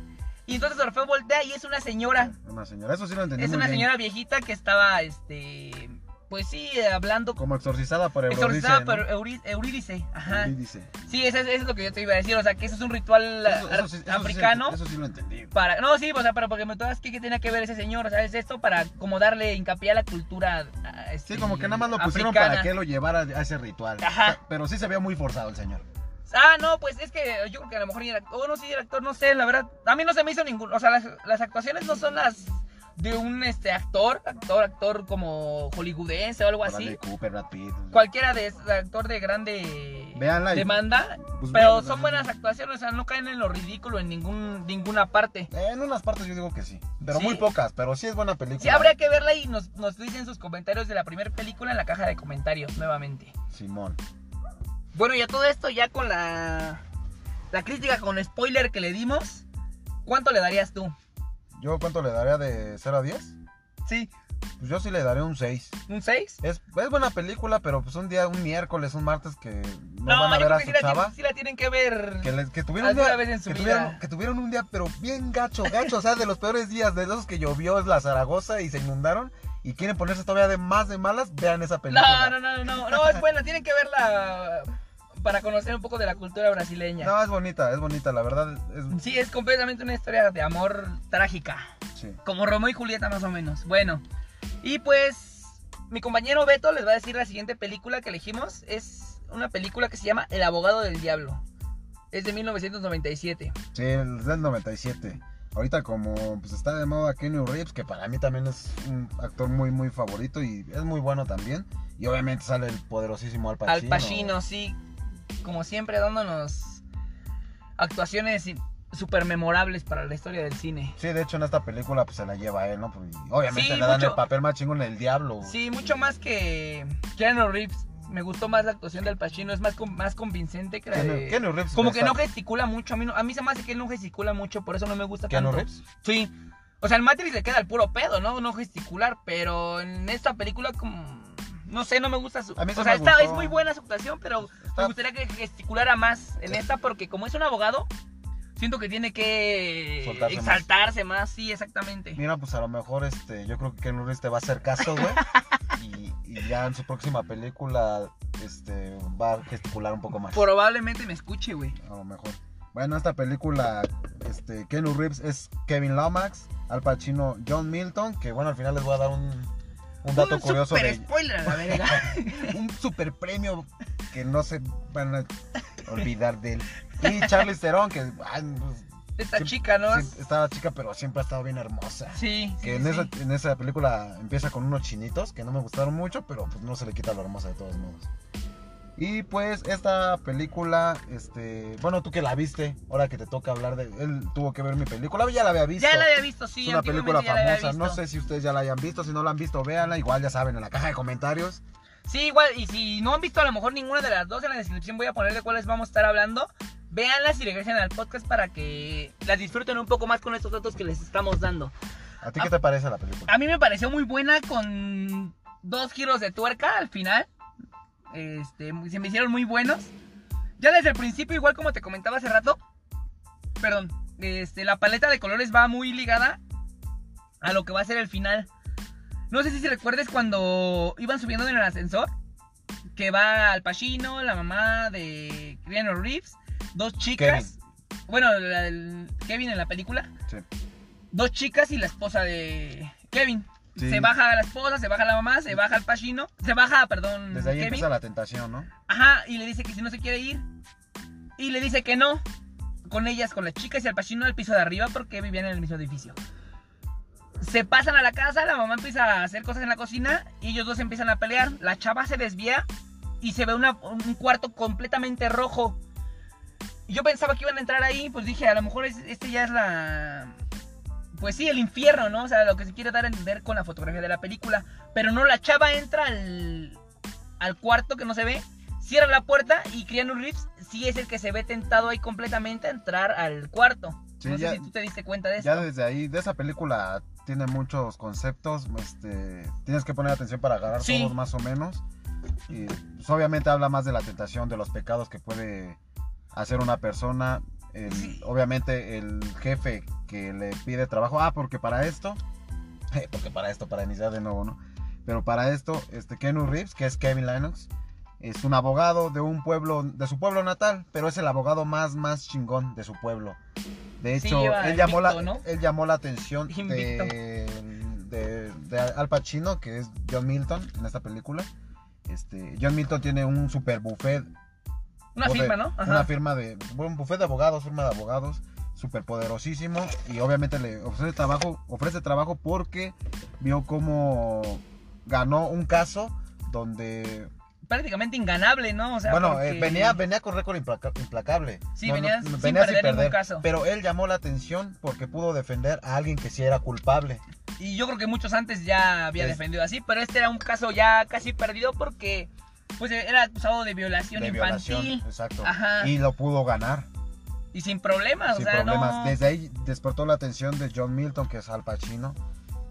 Speaker 2: Y entonces Orfeo voltea y es una señora,
Speaker 1: Una señora, eso sí lo entendí
Speaker 2: es
Speaker 1: muy
Speaker 2: una
Speaker 1: bien.
Speaker 2: señora viejita que estaba, este, pues sí, hablando con...
Speaker 1: Como exorcizada por Eurodice.
Speaker 2: Exorcizada
Speaker 1: ¿no?
Speaker 2: por Eurí- Eurídice, ajá.
Speaker 1: Eurídice.
Speaker 2: Sí, eso, es- eso es lo que yo te iba a decir, o sea, que eso es un ritual
Speaker 1: Eso- eso
Speaker 2: ar-
Speaker 1: sí- eso sí
Speaker 2: africano.
Speaker 1: ent- Eso sí lo entendí.
Speaker 2: Para, no, sí, o sea, pero porque me todas que, que tenía que ver ese señor, o sea, es esto para como darle hincapié a la cultura. ah,
Speaker 1: Sí,
Speaker 2: este,
Speaker 1: como que nada más lo pusieron para
Speaker 2: africana.
Speaker 1: que lo llevara a ese ritual.
Speaker 2: Ajá.
Speaker 1: Pero sí se veía muy forzado el señor.
Speaker 2: Ah, no, pues es que yo creo que a lo mejor ni el actor, oh, no, sí, el actor, no sé, la verdad, a mí no se me hizo ningún, o sea, las, las actuaciones no son las de un este actor, actor, actor como hollywoodense o algo
Speaker 1: Bradley
Speaker 2: así.
Speaker 1: Cooper, Brad Pitt. pues,
Speaker 2: Cualquiera de de actor de grande
Speaker 1: Véanla y-
Speaker 2: demanda,
Speaker 1: Pues,
Speaker 2: pero
Speaker 1: bueno,
Speaker 2: son buenas actuaciones, o sea, no caen en lo ridículo en ningún ninguna parte.
Speaker 1: En unas partes yo digo que sí, pero
Speaker 2: ¿Sí?
Speaker 1: muy pocas, pero sí es buena película.
Speaker 2: Sí, habría que verla y nos, nos dicen sus comentarios de la primera película en la caja de comentarios nuevamente.
Speaker 1: Simón.
Speaker 2: Bueno, y a todo esto, ya con la, la crítica con spoiler que le dimos, ¿cuánto le darías tú?
Speaker 1: ¿Yo cuánto le daría de 0 a 10?
Speaker 2: Sí.
Speaker 1: Pues yo sí le daré un 6.
Speaker 2: ¿Un 6?
Speaker 1: Es, es buena película, pero pues un día, un miércoles, un martes que no, van a ver
Speaker 2: yo creo
Speaker 1: a
Speaker 2: que
Speaker 1: su
Speaker 2: sí la,
Speaker 1: chava.
Speaker 2: tienen, sí la tienen que ver.
Speaker 1: Que, les- que tuvieron, un
Speaker 2: Alguna
Speaker 1: día,
Speaker 2: vez en su
Speaker 1: que,
Speaker 2: vida.
Speaker 1: tuvieron, que tuvieron un día, pero bien gacho, gacho. o sea, de los peores días, de esos que llovió es la Zaragoza y se inundaron. Y quieren ponerse todavía de más de malas, vean esa película.
Speaker 2: No, no, no, no, no, es buena, tienen que verla para conocer un poco de la cultura brasileña.
Speaker 1: No, es bonita, es bonita, la verdad. Es,
Speaker 2: Sí, es completamente una historia de amor trágica.
Speaker 1: sí.
Speaker 2: Como Romeo y Julieta más o menos. Bueno. Y pues mi compañero Beto les va a decir la siguiente película que elegimos. Es una película que se llama El abogado del diablo. Es de 1997.
Speaker 1: Sí, el del 97. Ahorita como pues está de moda Kenny Reeves, que para mí también es un actor muy muy favorito y es muy bueno también. Y obviamente sale el poderosísimo Al Pacino.
Speaker 2: Al Pacino, sí. Como siempre dándonos actuaciones súper memorables para la historia del cine.
Speaker 1: Sí, de hecho en esta película pues se la lleva él, ¿no? Pues, y obviamente
Speaker 2: Sí,
Speaker 1: le dan
Speaker 2: mucho.
Speaker 1: el papel más chingón el diablo.
Speaker 2: Sí, mucho más que Keanu Reeves. Me gustó más la actuación del Pacino. Es más, con- más convincente que la de...
Speaker 1: Keanu, Keanu Reeves.
Speaker 2: Como
Speaker 1: me
Speaker 2: que
Speaker 1: está-
Speaker 2: no gesticula mucho, a mí, no- a mí se me hace que él no gesticula mucho, por eso no me gusta
Speaker 1: Keanu
Speaker 2: tanto.
Speaker 1: Reeves.
Speaker 2: Sí. O sea, el Matrix le queda el puro pedo, ¿no? No gesticular, pero en esta película como... No sé, no me gusta su...
Speaker 1: A mí sí
Speaker 2: o sea,
Speaker 1: me
Speaker 2: esta
Speaker 1: gustó.
Speaker 2: es muy buena su actuación, pero me
Speaker 1: Está-
Speaker 2: gustaría que gesticulara más en
Speaker 1: Sí.
Speaker 2: esta porque como es un abogado, siento que tiene que
Speaker 1: Soltarse más.
Speaker 2: exaltarse más. sí, exactamente.
Speaker 1: Mira, pues a lo mejor este, yo creo que Keanu Reeves te va a hacer caso, güey. y, y ya en su próxima película este, va a gesticular un poco más.
Speaker 2: Probablemente me escuche, güey.
Speaker 1: A lo mejor. Bueno, esta película, este, Keanu Reeves es Kevin Lomax, Al Pacino, John Milton, que bueno, al final les voy a dar un, un dato curioso
Speaker 2: super
Speaker 1: de
Speaker 2: spoiler a la verga.
Speaker 1: un super premio que no se van a olvidar de él. Y Charlize Theron, que ay, pues,
Speaker 2: Esta
Speaker 1: Sí,
Speaker 2: chica, ¿no?
Speaker 1: siempre- estaba chica, pero siempre ha estado bien hermosa.
Speaker 2: Sí. sí,
Speaker 1: Que en
Speaker 2: sí,
Speaker 1: esa,
Speaker 2: sí.
Speaker 1: en esa película empieza con unos chinitos que no me gustaron mucho, pero pues no se le quita lo hermosa de todos modos. Y pues esta película, este, bueno, tú que la viste, ahora que te toca hablar de, él tuvo que ver mi película, ya la había visto.
Speaker 2: Ya la había visto, sí.
Speaker 1: es una
Speaker 2: antiguamente
Speaker 1: película
Speaker 2: ya la había
Speaker 1: famosa, no
Speaker 2: visto.
Speaker 1: sé si ustedes ya la hayan visto, si no la han visto, véanla, igual ya saben, en la caja de comentarios.
Speaker 2: Sí, igual, y si no han visto a lo mejor ninguna de las dos, en la descripción voy a poner de cuáles vamos a estar hablando. Véanlas y regresen al podcast para que las disfruten un poco más con estos datos que les estamos dando.
Speaker 1: ¿A ti
Speaker 2: Ah.
Speaker 1: qué te parece la película?
Speaker 2: A mí me pareció muy buena con dos giros de tuerca al final. Este, muy- se me hicieron muy buenos. Ya desde el principio, igual como te comentaba hace rato, perdón, este, la paleta de colores va muy ligada a lo que va a ser el final. No sé si recuerdes cuando iban subiendo en el ascensor, que va Al Pacino, la mamá de Keanu Reeves, dos chicas. Bueno, la- el Kevin en la película
Speaker 1: Sí.
Speaker 2: Mm, dos chicas y la esposa de Kevin.
Speaker 1: Sí.
Speaker 2: Se baja la esposa, se baja la mamá, se baja el Pacino, se baja, perdón,
Speaker 1: Desde ahí
Speaker 2: Kevin.
Speaker 1: empieza la tentación, ¿no?
Speaker 2: Ajá, y le dice que si no se quiere ir. Y le dice que no. Con ellas, con las chicas y al Pacino al piso de arriba porque vivían en el mismo edificio. Se pasan a la casa, la mamá empieza a hacer cosas en la cocina y ellos dos empiezan a pelear. La chava se desvía y se ve una- un cuarto completamente rojo. Y yo pensaba que iban a entrar ahí, pues dije, a lo mejor es- este ya es la... Pues sí, el infierno, ¿no? O sea, lo que se quiere dar a entender con la fotografía de la película. Pero no, la chava entra al, al cuarto que no se ve, cierra la puerta y Keanu Reeves sí es el que se ve tentado ahí completamente a entrar al cuarto.
Speaker 1: Sí,
Speaker 2: no
Speaker 1: ya-
Speaker 2: sé si tú te diste cuenta de eso.
Speaker 1: Ya desde ahí, de esa película tiene muchos conceptos, este, tienes que poner atención para agarrar
Speaker 2: Sí.
Speaker 1: todos más o menos. Y pues, obviamente habla más de la tentación, de los pecados que puede hacer una persona. El-
Speaker 2: Sí.
Speaker 1: Obviamente el jefe que le pide trabajo, ah, porque para esto, porque para esto, para iniciar de nuevo, ¿no? Pero para esto, este Keanu Reeves, que es Kevin Lennox, es un abogado de un pueblo, de su pueblo natal, pero es el abogado más, más chingón de su pueblo. De
Speaker 2: Sí,
Speaker 1: hecho,
Speaker 2: lleva
Speaker 1: él, llamó la,
Speaker 2: invicto, ¿no?
Speaker 1: él llamó la atención
Speaker 2: Invicto.
Speaker 1: de, de- de Al Pacino, que es John Milton en esta película. Este, John Milton tiene un super buffet.
Speaker 2: Una
Speaker 1: buffet-
Speaker 2: firma, ¿no? Ajá.
Speaker 1: Una firma de. Un buffet de abogados, firma de abogados. Súper poderosísimo. Y obviamente le ofrece trabajo, ofrece trabajo porque vio cómo ganó un caso donde
Speaker 2: Prácticamente inganable, ¿no? O sea,
Speaker 1: bueno,
Speaker 2: porque-
Speaker 1: eh, venía, venía con récord implaca- implacable.
Speaker 2: Sí, venía sin perder ningún caso.
Speaker 1: Pero él llamó la atención porque pudo defender a alguien que sí era culpable.
Speaker 2: Y yo creo que muchos antes ya había
Speaker 1: Es-
Speaker 2: defendido así, pero este era un caso ya casi perdido porque pues era acusado de violación
Speaker 1: de
Speaker 2: infantil.
Speaker 1: violación. Exacto.
Speaker 2: Ajá.
Speaker 1: Y lo pudo ganar.
Speaker 2: Y sin
Speaker 1: sin
Speaker 2: problemas, o sea,
Speaker 1: problemas.
Speaker 2: no.
Speaker 1: Desde ahí despertó la atención de John Milton, que es Al Pacino.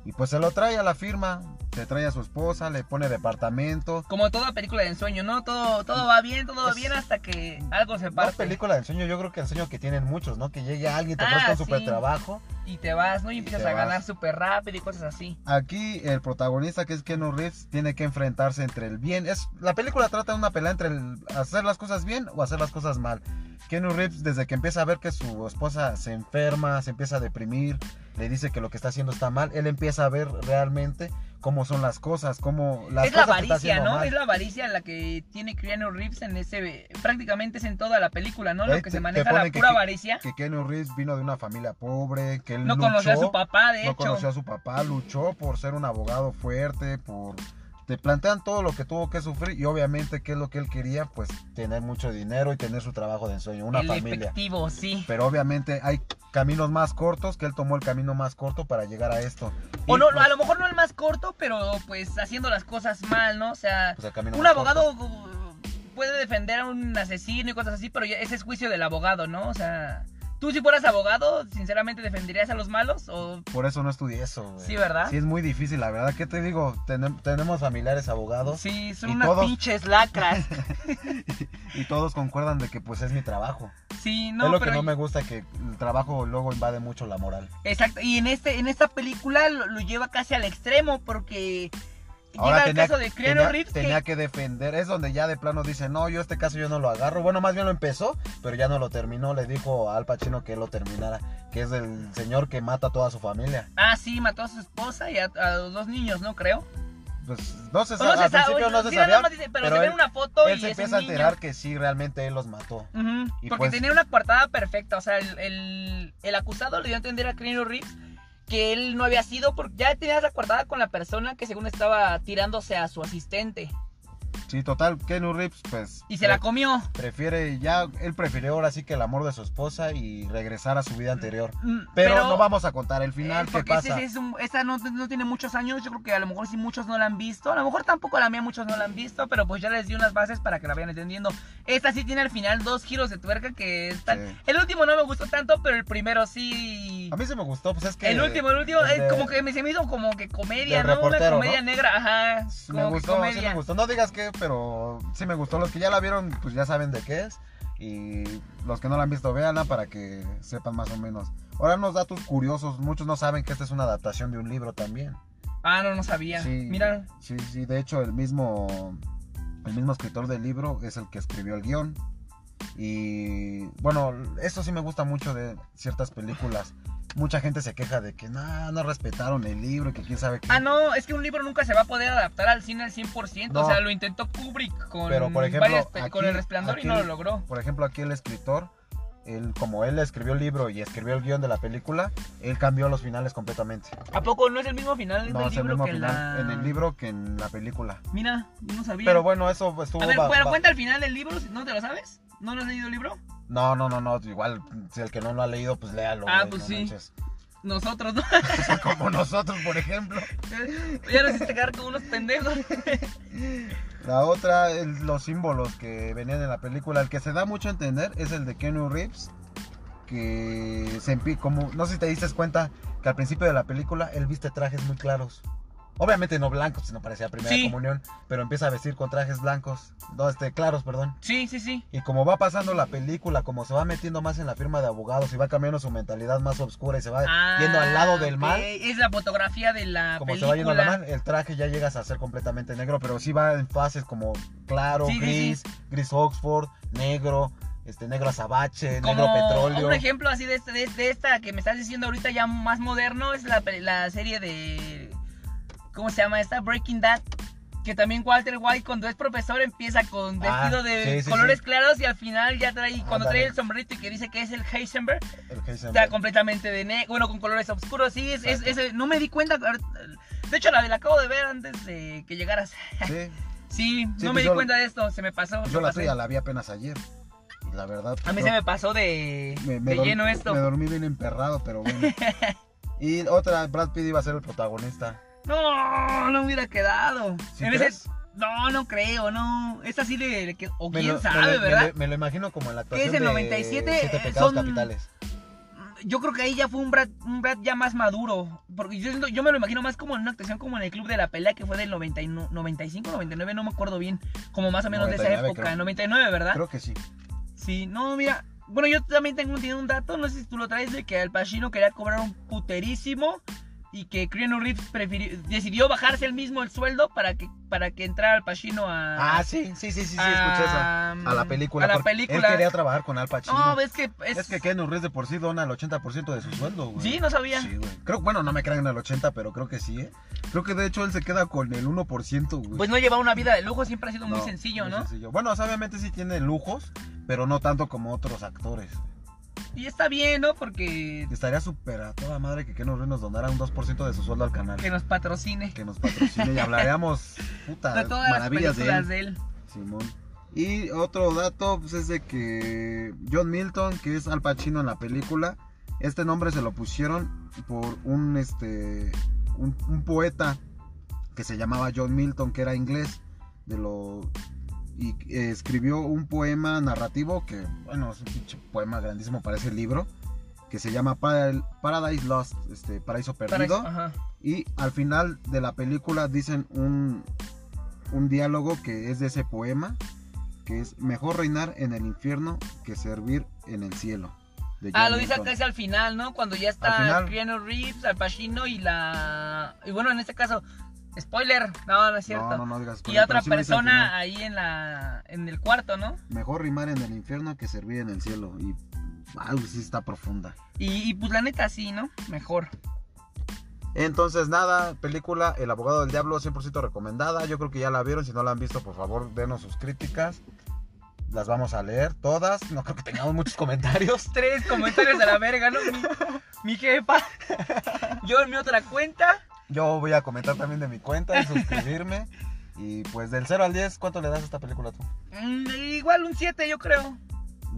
Speaker 1: Y pues se lo trae a la firma. Se trae a su esposa, le pone departamento.
Speaker 2: Como toda película de ensueño, ¿no? Todo, todo va bien, todo
Speaker 1: Mm.
Speaker 2: va
Speaker 1: Es-
Speaker 2: bien hasta que algo se
Speaker 1: Más
Speaker 2: parte
Speaker 1: película de ensueño, yo creo que ensueño que tienen muchos, ¿no? Que llegue alguien, te
Speaker 2: Ah,
Speaker 1: ofrezca un
Speaker 2: sí.
Speaker 1: super trabajo.
Speaker 2: y te vas, ¿no? Y
Speaker 1: Y
Speaker 2: empiezas
Speaker 1: te
Speaker 2: a ganar
Speaker 1: vas.
Speaker 2: súper rápido y cosas así.
Speaker 1: Aquí el protagonista que es Keanu Reeves tiene que enfrentarse entre el bien. Es, la película trata de una pelea entre el hacer las cosas bien o hacer las cosas mal. Keanu Reeves desde que empieza a ver que su esposa se enferma, se empieza a deprimir, le dice que lo que está haciendo está mal, él empieza a ver realmente cómo son las cosas, cómo las
Speaker 2: es la
Speaker 1: cosas que está
Speaker 2: avaricia,
Speaker 1: haciendo
Speaker 2: ¿no?
Speaker 1: mal.
Speaker 2: Es la avaricia la que tiene Keanu Reeves en ese... Prácticamente es en toda la película, ¿no? Lo
Speaker 1: Ahí Este, te-
Speaker 2: que se
Speaker 1: te
Speaker 2: maneja la
Speaker 1: ponen que-
Speaker 2: pura avaricia.
Speaker 1: Que Keanu Reeves vino de una familia pobre, que él
Speaker 2: No
Speaker 1: luchó,
Speaker 2: conoció a su papá, de
Speaker 1: no
Speaker 2: hecho.
Speaker 1: conoció a su papá, luchó por ser un abogado fuerte, por te plantean todo lo que tuvo que sufrir y obviamente qué es lo que él quería, pues tener mucho dinero y tener su trabajo de ensueño, una
Speaker 2: el
Speaker 1: familia.
Speaker 2: efectivo, sí.
Speaker 1: Pero obviamente hay caminos más cortos que él tomó el camino más corto para llegar a esto.
Speaker 2: O
Speaker 1: Y,
Speaker 2: no,
Speaker 1: pues,
Speaker 2: a lo mejor no el más corto, pero pues haciendo las cosas mal, ¿no? O sea,
Speaker 1: pues, el camino
Speaker 2: un
Speaker 1: más
Speaker 2: abogado uh, puede defender a un asesino y cosas así, pero ya- ese es juicio del abogado, ¿no? O sea, tú si fueras abogado, sinceramente defenderías a los malos o...
Speaker 1: corto. Por eso no estudié eso. güey.
Speaker 2: Sí, ¿verdad?
Speaker 1: Pues, Sí, es muy difícil, la verdad. ¿Qué te digo? Tenem- tenemos familiares abogados
Speaker 2: Sí, son
Speaker 1: Y
Speaker 2: unas
Speaker 1: todos-
Speaker 2: pinches lacras.
Speaker 1: y todos concuerdan de que pues es mi trabajo.
Speaker 2: Sí, no,
Speaker 1: es lo
Speaker 2: pero...
Speaker 1: que no me gusta que el trabajo luego invade mucho la moral.
Speaker 2: Exacto, y en, este, en esta película lo, lo lleva casi al extremo porque... llega el caso de Keanu
Speaker 1: tenía-
Speaker 2: Reeves que-
Speaker 1: tenía que... defender. Es donde ya de plano dice, no, yo este caso yo no lo agarro. Bueno, más bien lo empezó, pero ya no lo terminó. Le dijo a Al Pacino que él lo terminara. Que es el señor que mata a toda su familia.
Speaker 2: Ah, sí, mató a su esposa y a, a los dos niños, ¿no? Creo.
Speaker 1: Pues no se
Speaker 2: O no
Speaker 1: sabe,
Speaker 2: se
Speaker 1: al
Speaker 2: sabe,
Speaker 1: principio
Speaker 2: o-
Speaker 1: no se
Speaker 2: sí, nada
Speaker 1: sabía.
Speaker 2: más dice, pero,
Speaker 1: pero
Speaker 2: se ve
Speaker 1: él-
Speaker 2: en una foto y
Speaker 1: Él se
Speaker 2: es un
Speaker 1: empieza a
Speaker 2: niño.
Speaker 1: enterar que sí, realmente él los mató.
Speaker 2: Ujú,
Speaker 1: Y
Speaker 2: porque
Speaker 1: pues-
Speaker 2: tenía una coartada perfecta. O sea, el, el- el acusado le dio a entender a Keanu Reeves que él no había sido porque ya tenía la coartada con la persona que según estaba tirándose a su asistente.
Speaker 1: Sí, total, Kenu Reeves, pues.
Speaker 2: Y se la
Speaker 1: pre-
Speaker 2: comió.
Speaker 1: Prefiere, ya, él prefirió ahora sí que el amor de su esposa y regresar a su vida anterior.
Speaker 2: Mm,
Speaker 1: Pero, no vamos a contar el final,
Speaker 2: eh,
Speaker 1: ¿qué
Speaker 2: porque ese-
Speaker 1: pasa?
Speaker 2: ese es un- esta no, no tiene muchos años, yo creo que a lo mejor sí muchos no la han visto, a lo mejor tampoco la mía muchos no la han visto, pero pues ya les di unas bases para que la vayan entendiendo. Esta sí tiene al final dos giros de tuerca que están...
Speaker 1: Sí.
Speaker 2: El último no me gustó tanto, pero el primero sí...
Speaker 1: A mí se me gustó, pues es que.
Speaker 2: el último, el último,
Speaker 1: el
Speaker 2: eh,
Speaker 1: de-
Speaker 2: como que me se me hizo como que comedia,
Speaker 1: del
Speaker 2: ¿no? Una
Speaker 1: reportero,
Speaker 2: comedia
Speaker 1: ¿no?
Speaker 2: negra, ajá.
Speaker 1: Sí
Speaker 2: Como
Speaker 1: me
Speaker 2: que
Speaker 1: gustó, sí
Speaker 2: comedia.
Speaker 1: me gustó. No digas qué, pero sí me gustó. Los que ya la vieron, pues ya saben de qué es. Y los que no la han visto, véanla para que sepan más o menos. Ahora unos datos curiosos. Muchos no saben que esta es una adaptación de un libro también.
Speaker 2: Ah, no, no sabía.
Speaker 1: Sí,
Speaker 2: Mira,
Speaker 1: Sí, sí. De hecho, el mismo, el mismo escritor del libro es el que escribió el guión. Y bueno, eso sí me gusta mucho de ciertas películas. Mucha gente se queja de que no, no respetaron el libro, que quién sabe qué.
Speaker 2: Ah, no, es que un libro nunca se va a poder adaptar al cine al 100%. O
Speaker 1: No.
Speaker 2: sea, lo intentó Kubrick con,
Speaker 1: Pero, por ejemplo,
Speaker 2: varias pe- con
Speaker 1: aquí-
Speaker 2: El Resplandor y
Speaker 1: aquí-
Speaker 2: no lo logró.
Speaker 1: Por ejemplo, aquí el escritor, él, como él escribió el libro y escribió el guión de la película, él cambió los finales completamente.
Speaker 2: ¿A poco no es el mismo final
Speaker 1: No es
Speaker 2: del
Speaker 1: el
Speaker 2: libro
Speaker 1: mismo
Speaker 2: que
Speaker 1: final
Speaker 2: la...
Speaker 1: en el libro que en la película.
Speaker 2: Mira, yo no sabía.
Speaker 1: Pero bueno, eso estuvo...
Speaker 2: a ver,
Speaker 1: ba-
Speaker 2: pero
Speaker 1: ba-
Speaker 2: cuenta el final del libro, si ¿no te lo sabes? ¿No lo has leído el libro?
Speaker 1: No, no, no, no, igual, si el que no lo ha leído, pues léalo.
Speaker 2: Ah,
Speaker 1: güey,
Speaker 2: pues
Speaker 1: no
Speaker 2: sí.
Speaker 1: manches.
Speaker 2: Nosotros, ¿no?
Speaker 1: O sea, como nosotros, por ejemplo.
Speaker 2: ya nos hiciste quedar como unos pendejos.
Speaker 1: La otra, el- los símbolos que venían en la película, el que se da mucho a entender es el de Keanu Reeves, que se empi- como, no sé si te diste cuenta que al principio de la película él viste trajes muy claros. Obviamente no blancos, sino parecía primera
Speaker 2: Sí.
Speaker 1: comunión, pero empieza a vestir con trajes blancos, no, este, claros, perdón.
Speaker 2: Sí, sí, sí.
Speaker 1: Y como va pasando la película, como se va metiendo más en la firma de abogados y va cambiando su mentalidad más oscura y se va yendo al lado del
Speaker 2: Ah,
Speaker 1: mal,
Speaker 2: ok, Es la fotografía de la
Speaker 1: como se
Speaker 2: película.
Speaker 1: va yendo la mano, el traje ya llegas a ser completamente negro, pero sí va en fases como claro,
Speaker 2: Sí, sí,
Speaker 1: gris, gris Oxford, negro, este negro azabache,
Speaker 2: Como
Speaker 1: negro petróleo.
Speaker 2: un ejemplo así de, este- de, de esta que me estás diciendo ahorita ya más moderno es la, pe- la serie de... ¿Cómo se llama esta? Breaking Bad. Que también Walter White cuando es profesor empieza con
Speaker 1: Ah,
Speaker 2: vestido de
Speaker 1: sí, sí,
Speaker 2: colores
Speaker 1: sí.
Speaker 2: claros y al final ya trae, cuando
Speaker 1: Ándale.
Speaker 2: trae el sombrerito y que dice que es el Heisenberg,
Speaker 1: el Heisenberg.
Speaker 2: está completamente de negro, bueno, con colores oscuros, sí, es, es-
Speaker 1: Exacto.
Speaker 2: es- no me di cuenta, ahorita- de hecho la, la acabo de ver antes de que llegaras.
Speaker 1: Sí, Sí,
Speaker 2: Sí, no
Speaker 1: pues
Speaker 2: me di
Speaker 1: yo-
Speaker 2: cuenta de esto, se me pasó.
Speaker 1: yo
Speaker 2: me
Speaker 1: la
Speaker 2: pasé.
Speaker 1: tuya la vi apenas ayer. Y la verdad.
Speaker 2: A mí
Speaker 1: yo-
Speaker 2: se me pasó de,
Speaker 1: me- me
Speaker 2: de
Speaker 1: dorm-
Speaker 2: lleno esto.
Speaker 1: Me dormí bien emperrado, pero bueno. y otra, Brad Pitt iba a ser el protagonista.
Speaker 2: No, no hubiera quedado.
Speaker 1: ¿Sí
Speaker 2: En ese-
Speaker 1: crees?
Speaker 2: No, no creo, no. Es así de, de que- o
Speaker 1: Me
Speaker 2: quién
Speaker 1: lo- me
Speaker 2: sabe,
Speaker 1: lo- me
Speaker 2: ¿verdad?
Speaker 1: lo- Me lo imagino como en la actuación
Speaker 2: es el
Speaker 1: de
Speaker 2: 97?
Speaker 1: Siete
Speaker 2: Eh,
Speaker 1: pecados
Speaker 2: son-
Speaker 1: capitales.
Speaker 2: Yo creo que ahí ya fue un Brad, un Brad ya más maduro. Porque yo, siento- yo me lo imagino más como en una actuación como en el Club de la Pelea que fue del 90 y no- 95, 99, no me acuerdo bien. Como más o menos de esa
Speaker 1: 99
Speaker 2: época,
Speaker 1: creo.
Speaker 2: 99, ¿verdad?
Speaker 1: Creo que sí.
Speaker 2: Sí, no, mira. Bueno, yo también tengo tenía un dato, no sé si tú lo traes, de que Al Pacino quería cobrar un puterísimo y que Keanu Reeves prefirió- decidió bajarse el mismo el sueldo para que, para que entrara Al Pacino a...
Speaker 1: Ah, sí, sí, sí, sí, sí,
Speaker 2: Ah,
Speaker 1: escuché esa.
Speaker 2: a-
Speaker 1: a la película.
Speaker 2: A la
Speaker 1: porque
Speaker 2: película.
Speaker 1: Él quería trabajar con Al Pacino.
Speaker 2: No, es que... pues, Es,
Speaker 1: es... que Keanu Reeves de por sí dona el 80% de su sueldo, güey.
Speaker 2: Sí, no sabía.
Speaker 1: Sí, güey. Creo, bueno, no me crean el 80, pero creo que sí, ¿eh? Creo que de hecho él se queda con el 1%, güey.
Speaker 2: Pues no lleva una vida de lujo, siempre ha sido muy
Speaker 1: No,
Speaker 2: sencillo,
Speaker 1: muy
Speaker 2: ¿no?
Speaker 1: sencillo. Bueno, o sea, obviamente sí tiene lujos, pero no tanto como otros actores.
Speaker 2: Y está bien, ¿no? Porque
Speaker 1: Estaría súper a toda madre que Keanu Reeves nos donara un 2% de su sueldo al canal.
Speaker 2: que nos patrocine.
Speaker 1: Que nos patrocine y hablaríamos, puta,
Speaker 2: De todas las
Speaker 1: maravillas de él.
Speaker 2: películas de él.
Speaker 1: Simón. Y otro dato pues, es de que John Milton, que es Al Pacino en la película, este nombre se lo pusieron por un, este, un, un poeta que se llamaba John Milton, que era inglés, de lo, y eh, escribió un poema narrativo, que bueno, es un pinche poema grandísimo para ese libro, que se llama Para- Paradise Lost, este, Paraíso
Speaker 2: Para-
Speaker 1: Perdido.
Speaker 2: ajá.
Speaker 1: Y al final de la película dicen un, un diálogo que es de ese poema, que es mejor reinar en el infierno que servir en el cielo. de
Speaker 2: Ah,
Speaker 1: John
Speaker 2: lo dice
Speaker 1: Milton.
Speaker 2: acá es al final, ¿no? Cuando ya
Speaker 1: Al
Speaker 2: está
Speaker 1: final.
Speaker 2: Keanu Reeves, Al Pacino y la... Y bueno, en este caso, spoiler, no, no es cierto.
Speaker 1: No, no, no digas.
Speaker 2: y
Speaker 1: pero
Speaker 2: otra
Speaker 1: sí lo dice al
Speaker 2: persona
Speaker 1: final.
Speaker 2: ahí en la en el cuarto, ¿no?
Speaker 1: Mejor rimar en el infierno que servir en el cielo. Y. Wow, sí está profunda.
Speaker 2: Y, y, pues la neta sí, ¿no? Mejor.
Speaker 1: Entonces, nada, película El abogado del diablo 100% recomendada. Yo creo que ya la vieron. Si no la han visto, por favor, denos sus críticas. Las vamos a leer todas. No creo que tengamos muchos comentarios.
Speaker 2: Tres comentarios de la verga, ¿no? Mi, mi jefa. Yo en mi otra cuenta.
Speaker 1: Yo voy a comentar también de mi cuenta y suscribirme. Y pues del 0 al 10, ¿cuánto le das a esta película tú?
Speaker 2: Mm, igual un 7, yo creo.
Speaker 1: ¿Un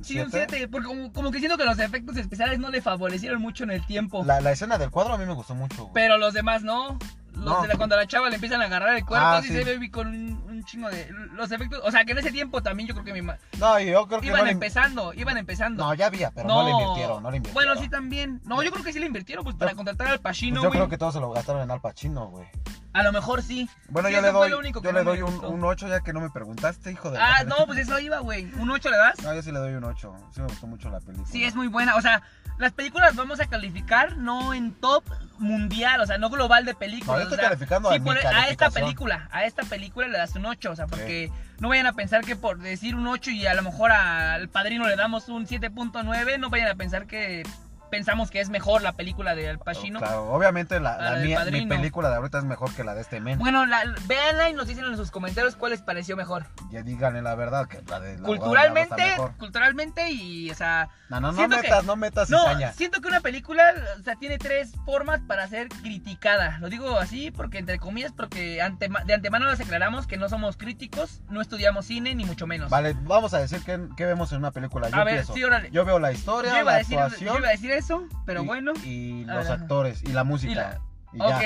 Speaker 2: Sí, un
Speaker 1: siete?
Speaker 2: 7. Porque como, como que siento que los efectos especiales no le favorecieron mucho en el tiempo.
Speaker 1: La, la escena del cuadro a mí me gustó mucho. güey.
Speaker 2: Pero los demás no. Los
Speaker 1: No.
Speaker 2: de la- cuando a la chava le empiezan a agarrar el cuerpo,
Speaker 1: Ah,
Speaker 2: sí
Speaker 1: sí.
Speaker 2: se ve con un, un chingo de. Los efectos. O sea, que en ese tiempo también yo creo que mi ma-
Speaker 1: No, y yo creo que
Speaker 2: Iban
Speaker 1: no le-
Speaker 2: empezando, iban empezando.
Speaker 1: No, ya había, pero no. le invirtieron, no le invirtieron.
Speaker 2: Bueno, sí también. No, yo creo que sí le invirtieron, pues para contratar al
Speaker 1: Pues
Speaker 2: Pacino,
Speaker 1: yo
Speaker 2: güey.
Speaker 1: creo que todos se lo gastaron en Al Pacino, güey.
Speaker 2: A lo mejor sí.
Speaker 1: Bueno,
Speaker 2: Sí,
Speaker 1: yo
Speaker 2: eso
Speaker 1: le
Speaker 2: fue
Speaker 1: doy,
Speaker 2: lo único que
Speaker 1: yo
Speaker 2: no
Speaker 1: le
Speaker 2: me
Speaker 1: doy un,
Speaker 2: gustó.
Speaker 1: un 8 ya que no me preguntaste, hijo de... la-
Speaker 2: Ah, no, pues eso iba, güey. ¿Un 8 le das?
Speaker 1: No, yo sí le doy un 8. Sí me gustó mucho la película.
Speaker 2: Sí, es muy buena. O sea, las películas vamos a calificar no en top mundial, o sea, no global de películas.
Speaker 1: No, yo estoy
Speaker 2: o sea,
Speaker 1: calificando a
Speaker 2: sí,
Speaker 1: mi
Speaker 2: por- a esta
Speaker 1: calificación.
Speaker 2: película. A esta película le das un 8, o sea, porque no vayan a pensar que por decir un 8 y a lo mejor al padrino le damos un 7.9, no vayan a pensar que pensamos que es mejor la película de Al Pacino.
Speaker 1: Claro, obviamente la,
Speaker 2: La
Speaker 1: la
Speaker 2: del
Speaker 1: mía, mi
Speaker 2: Padrino.
Speaker 1: película de ahorita es mejor que la de este men.
Speaker 2: Bueno, la, véanla y nos dicen en sus comentarios cuál les pareció mejor.
Speaker 1: Ya díganle la verdad que la de la abogada
Speaker 2: culturalmente,
Speaker 1: de Diablo está mejor.
Speaker 2: culturalmente y, o sea,
Speaker 1: No, no, no
Speaker 2: siento que-
Speaker 1: metas, no metas
Speaker 2: No,
Speaker 1: cizaña.
Speaker 2: siento que una película o sea, tiene tres formas para ser criticada. Lo digo así porque, entre comillas, porque antema- de antemano les aclaramos que no somos críticos, no estudiamos cine, ni mucho menos.
Speaker 1: Vale, vamos a decir qué, qué vemos en una película. Yo
Speaker 2: a ver,
Speaker 1: empiezo.
Speaker 2: sí, órale.
Speaker 1: Yo veo la
Speaker 2: Yo
Speaker 1: historia,
Speaker 2: iba,
Speaker 1: la
Speaker 2: a decir, yo
Speaker 1: actuación
Speaker 2: iba a decir eso, pero
Speaker 1: y,
Speaker 2: bueno.
Speaker 1: y
Speaker 2: A
Speaker 1: los
Speaker 2: ver, ajá.
Speaker 1: actores y la música.
Speaker 2: Y la-
Speaker 1: y ya.
Speaker 2: Ok.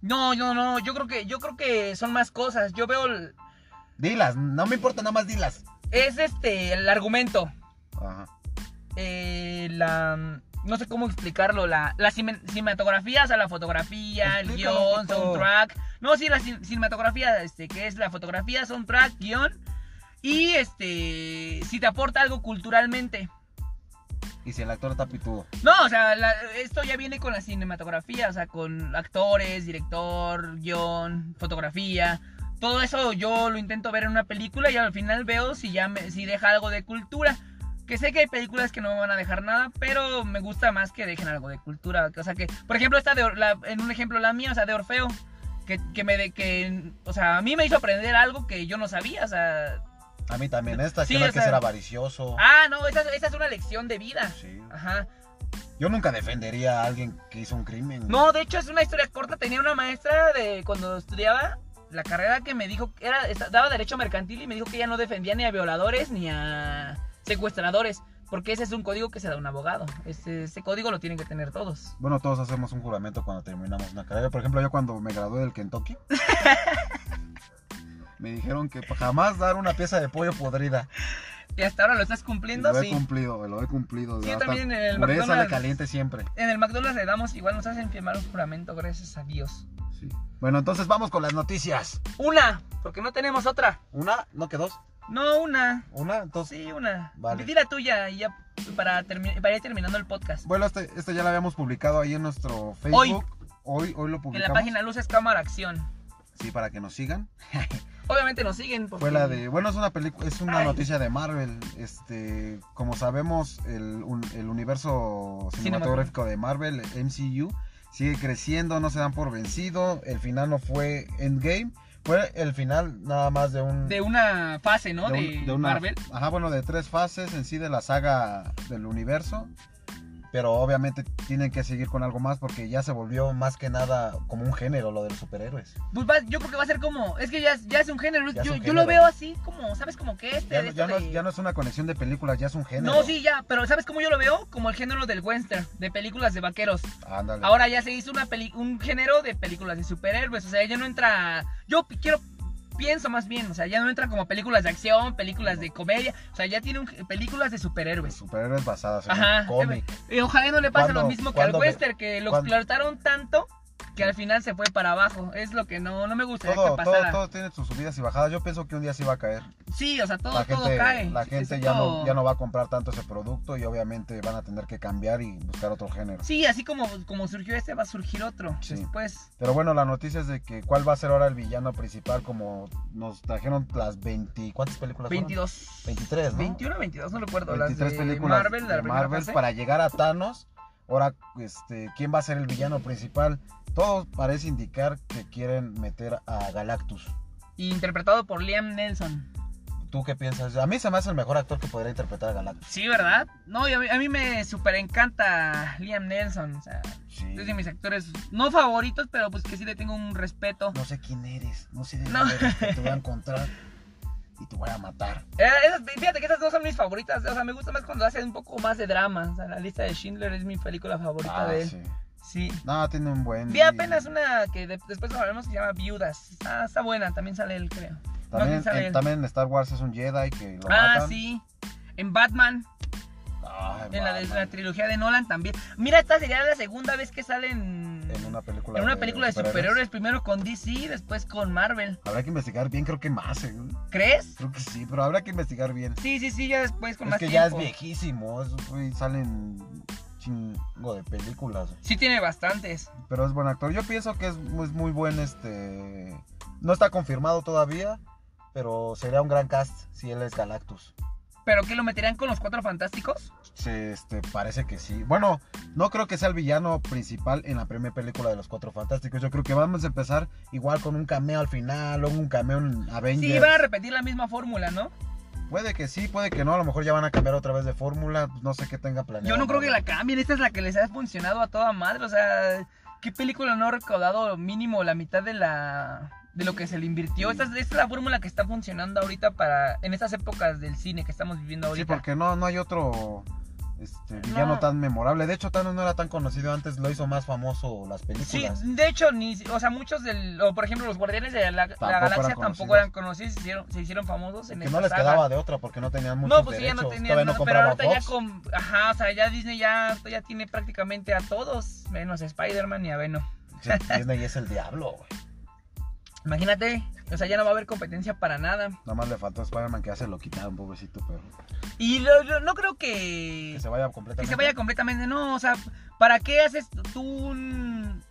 Speaker 2: No, no, no, yo creo que yo creo que son más cosas. Yo veo el-
Speaker 1: Dilas, no me importa, nada más dilas.
Speaker 2: es este el argumento,
Speaker 1: Ajá.
Speaker 2: eh, la no sé cómo explicarlo, la, la cime- cinematografía, o sea, la fotografía, el
Speaker 1: Explícalo,
Speaker 2: guión,
Speaker 1: Paco.
Speaker 2: soundtrack. No, sí, la cin- cinematografía, este, que es la fotografía, soundtrack, guión. Y este, si te aporta algo culturalmente.
Speaker 1: Y si el actor está pitudo.
Speaker 2: No, o sea, la- esto ya viene con la cinematografía, o sea, con actores, director, guión, fotografía. Todo eso yo lo intento ver en una película y al final veo si ya me- si deja algo de cultura. Que sé que hay películas que no me van a dejar nada, pero me gusta más que dejen algo de cultura. O sea, que, por ejemplo, esta de, Or- la- en un ejemplo la mía, o sea, de Orfeo, que, que me, de- que, o sea, a mí me hizo aprender algo que yo no sabía, o sea,
Speaker 1: A mí también esta,
Speaker 2: Sí,
Speaker 1: que no hay
Speaker 2: o
Speaker 1: que
Speaker 2: sea-
Speaker 1: ser avaricioso.
Speaker 2: ah, no, esa, esa es una lección de vida.
Speaker 1: Sí.
Speaker 2: Ajá.
Speaker 1: Yo nunca defendería a alguien que hizo un crimen.
Speaker 2: No, de hecho es una historia corta. Tenía una maestra de cuando estudiaba la carrera que me dijo que era esta- daba derecho mercantil y me dijo que ella no defendía ni a violadores ni a secuestradores, porque ese es un código que se da a un abogado. Ese, ese código lo tienen que tener todos.
Speaker 1: Bueno, todos hacemos un juramento cuando terminamos una carrera. Por ejemplo, yo cuando me gradué del Kentucky, me dijeron que jamás dar una pieza de pollo podrida.
Speaker 2: Y hasta ahora lo estás
Speaker 1: Y
Speaker 2: cumpliendo,
Speaker 1: lo he
Speaker 2: sí.
Speaker 1: cumplido, lo he cumplido. de
Speaker 2: Sí,
Speaker 1: verdad.
Speaker 2: también en el
Speaker 1: Pureza de
Speaker 2: McDonald's.
Speaker 1: caliente siempre.
Speaker 2: En el McDonald's le damos igual nos hacen firmar un juramento, gracias a Dios.
Speaker 1: Sí. Bueno, entonces vamos con las noticias.
Speaker 2: Una, porque no tenemos otra.
Speaker 1: Una, no que dos.
Speaker 2: No una.
Speaker 1: Una, entonces.
Speaker 2: Sí, una.
Speaker 1: Vale.
Speaker 2: Di la tuya y ya para, termi- para ir terminando el podcast.
Speaker 1: Bueno, este, este ya lo habíamos publicado ahí en nuestro Facebook. Hoy, hoy, lo
Speaker 2: En la
Speaker 1: publicamos.
Speaker 2: página Luces Cámara Acción.
Speaker 1: Sí, para que nos sigan.
Speaker 2: Obviamente nos siguen. Porque...
Speaker 1: Fue la de. Bueno, es una película. Es una
Speaker 2: Ay.
Speaker 1: noticia de Marvel. Este. Como sabemos, el, un- el universo cinematográfico de Marvel, MCU, sigue creciendo, no se dan por vencido. El final no fue Endgame. Fue el final nada más de un.
Speaker 2: De una fase, ¿no? De,
Speaker 1: un- de una-
Speaker 2: Marvel.
Speaker 1: Ajá, bueno, de tres fases en sí de la saga del universo. Pero obviamente tienen que seguir con algo más porque ya se volvió más que nada como un género lo de los superhéroes.
Speaker 2: Pues va- yo creo que va a ser como. Es que ya, es- ya es un género.
Speaker 1: Ya es
Speaker 2: yo,
Speaker 1: un
Speaker 2: yo lo
Speaker 1: género.
Speaker 2: veo así como. ¿Sabes como que este?
Speaker 1: Ya,
Speaker 2: de
Speaker 1: no-
Speaker 2: esto
Speaker 1: ya no,
Speaker 2: de-
Speaker 1: es- ya no es una conexión de películas, ya es un género.
Speaker 2: No, sí, ya. Pero ¿sabes cómo yo lo veo? Como el género del western. De películas de vaqueros.
Speaker 1: Ándale.
Speaker 2: Ahora ya se hizo una peli- un género de películas de superhéroes. O sea, ya no entra. Yo pi- quiero. Pienso más bien. O sea, ya no entra como películas de acción, películas de comedia. O sea, ya tiene un- películas de
Speaker 1: Los
Speaker 2: superhéroes.
Speaker 1: pues, superhéroes basadas en
Speaker 2: Ajá.
Speaker 1: un cómic.
Speaker 2: Eh, ojalá no le pase
Speaker 1: ¿Cuándo-
Speaker 2: lo mismo que al
Speaker 1: cuándo ve-
Speaker 2: Wester, que lo
Speaker 1: cuándo?
Speaker 2: explotaron tanto que al final se fue para abajo. Es lo que no, no me gustaría
Speaker 1: Todo,
Speaker 2: que
Speaker 1: todo,
Speaker 2: pasara.
Speaker 1: todo tiene sus subidas y bajadas. Yo pienso que un día sí va a caer.
Speaker 2: Sí, o sea, todo,
Speaker 1: la
Speaker 2: todo
Speaker 1: gente,
Speaker 2: cae.
Speaker 1: la gente
Speaker 2: Es
Speaker 1: ya,
Speaker 2: todo-
Speaker 1: no, ya no va a comprar tanto ese producto y obviamente van a tener que cambiar y buscar otro género.
Speaker 2: Sí, así como, como surgió este, va a surgir otro
Speaker 1: Sí.
Speaker 2: después.
Speaker 1: Pero bueno, la noticia es de que cuál va a ser ahora el villano principal, como nos trajeron las 20. ¿Cuántas películas? fueron?
Speaker 2: 22.
Speaker 1: 23, ¿no?
Speaker 2: 21 22, no recuerdo.
Speaker 1: 23
Speaker 2: las de
Speaker 1: películas
Speaker 2: Marvel, la
Speaker 1: de
Speaker 2: primera
Speaker 1: Marvel
Speaker 2: fase.
Speaker 1: para llegar a Thanos. Ahora, este, ¿quién va a ser el villano principal? Todo parece indicar que quieren meter a Galactus.
Speaker 2: Interpretado por Liam Nelson.
Speaker 1: ¿Tú qué piensas? A mí se me hace el mejor actor que podría interpretar a Galactus.
Speaker 2: Sí, ¿verdad? No, y a mí, a mí me súper encanta Liam Nelson. O sea,
Speaker 1: Sí.
Speaker 2: es de mis actores, no favoritos, pero pues que sí le tengo un respeto.
Speaker 1: No sé quién eres, no sé de
Speaker 2: No.
Speaker 1: dónde eres, pero te voy a encontrar y te voy a matar.
Speaker 2: Eh, esas- fíjate que esas dos son mis favoritas. O sea, me gusta más cuando hace un poco más de drama. O sea, la lista de Schindler es mi película favorita de él.
Speaker 1: Ah, sí.
Speaker 2: Sí.
Speaker 1: No, tiene un buen.
Speaker 2: Vi apenas una que de- después hablaremos que se llama Viudas. Está, está buena, también sale él, creo.
Speaker 1: También,
Speaker 2: no, quién sabe.
Speaker 1: en, también en Star Wars es un Jedi que lo
Speaker 2: ah,
Speaker 1: matan.
Speaker 2: sí. En Batman,
Speaker 1: Ay,
Speaker 2: en la, de-
Speaker 1: Batman.
Speaker 2: la trilogía de Nolan también. Mira, esta sería la segunda vez que sale en,
Speaker 1: En una película.
Speaker 2: en una película de superhéroes. Primero con DC, después con Marvel.
Speaker 1: Habrá que investigar bien, creo que más, ¿eh?
Speaker 2: ¿Crees?
Speaker 1: creo que sí, pero habrá que investigar bien.
Speaker 2: Sí, sí, sí, ya después con
Speaker 1: es
Speaker 2: más
Speaker 1: que ya es
Speaker 2: tiempo.
Speaker 1: viejísimo, es- güey, salen chingo de películas.
Speaker 2: Sí tiene bastantes.
Speaker 1: Pero es buen actor. Yo pienso que es muy, es muy buen, este... No está confirmado todavía, pero sería un gran cast si él es Galactus.
Speaker 2: ¿Pero qué, lo meterían con los Cuatro Fantásticos?
Speaker 1: Se, este, parece que sí. Bueno, no creo que sea el villano principal en la primera película de los Cuatro Fantásticos. Yo creo que vamos a empezar igual con un cameo al final, luego un cameo en Avengers.
Speaker 2: Sí, van a repetir la misma fórmula, ¿no?
Speaker 1: Puede que sí, puede que no. A lo mejor ya van a cambiar otra vez de fórmula. pues No sé qué tenga planeado.
Speaker 2: Yo no creo que la cambien, esta es la que les ha funcionado a toda madre, o sea, ¿qué película no ha recaudado mínimo la mitad de la de lo que se le invirtió? Esta, es- esta es la fórmula que está funcionando ahorita para en estas épocas del cine que estamos viviendo
Speaker 1: Sí,
Speaker 2: ahorita.
Speaker 1: porque no, no hay otro este, villano
Speaker 2: No.
Speaker 1: tan memorable. De hecho, Thanos no era tan conocido antes, lo hizo más famoso las
Speaker 2: Sí,
Speaker 1: películas.
Speaker 2: de hecho, ni, o sea, muchos del, o por ejemplo, los Guardianes de la, la
Speaker 1: Tampoco eran
Speaker 2: Galaxia tampoco
Speaker 1: conocidos.
Speaker 2: eran conocidos, se hicieron, se hicieron famosos en
Speaker 1: que
Speaker 2: esta
Speaker 1: no les
Speaker 2: saga.
Speaker 1: quedaba de otra porque no tenían muchos
Speaker 2: No, pues sí, ya
Speaker 1: derechos.
Speaker 2: no tenían
Speaker 1: Todavía no
Speaker 2: nada, pero
Speaker 1: compraba
Speaker 2: ahorita ya
Speaker 1: Fox.
Speaker 2: con, ajá, o sea, ya Disney ya, ya tiene prácticamente a todos, menos a Spider-Man y a Venom.
Speaker 1: Sí, Disney es el diablo, güey.
Speaker 2: Imagínate, o sea, ya no va a haber competencia para nada.
Speaker 1: Nada más le faltó a Spider-Man que ya se lo quitaron, pobrecito, pero
Speaker 2: Y lo- lo- no creo que,
Speaker 1: que se vaya
Speaker 2: que
Speaker 1: completamente.
Speaker 2: se vaya completamente, no, o sea, ¿para qué haces tú un...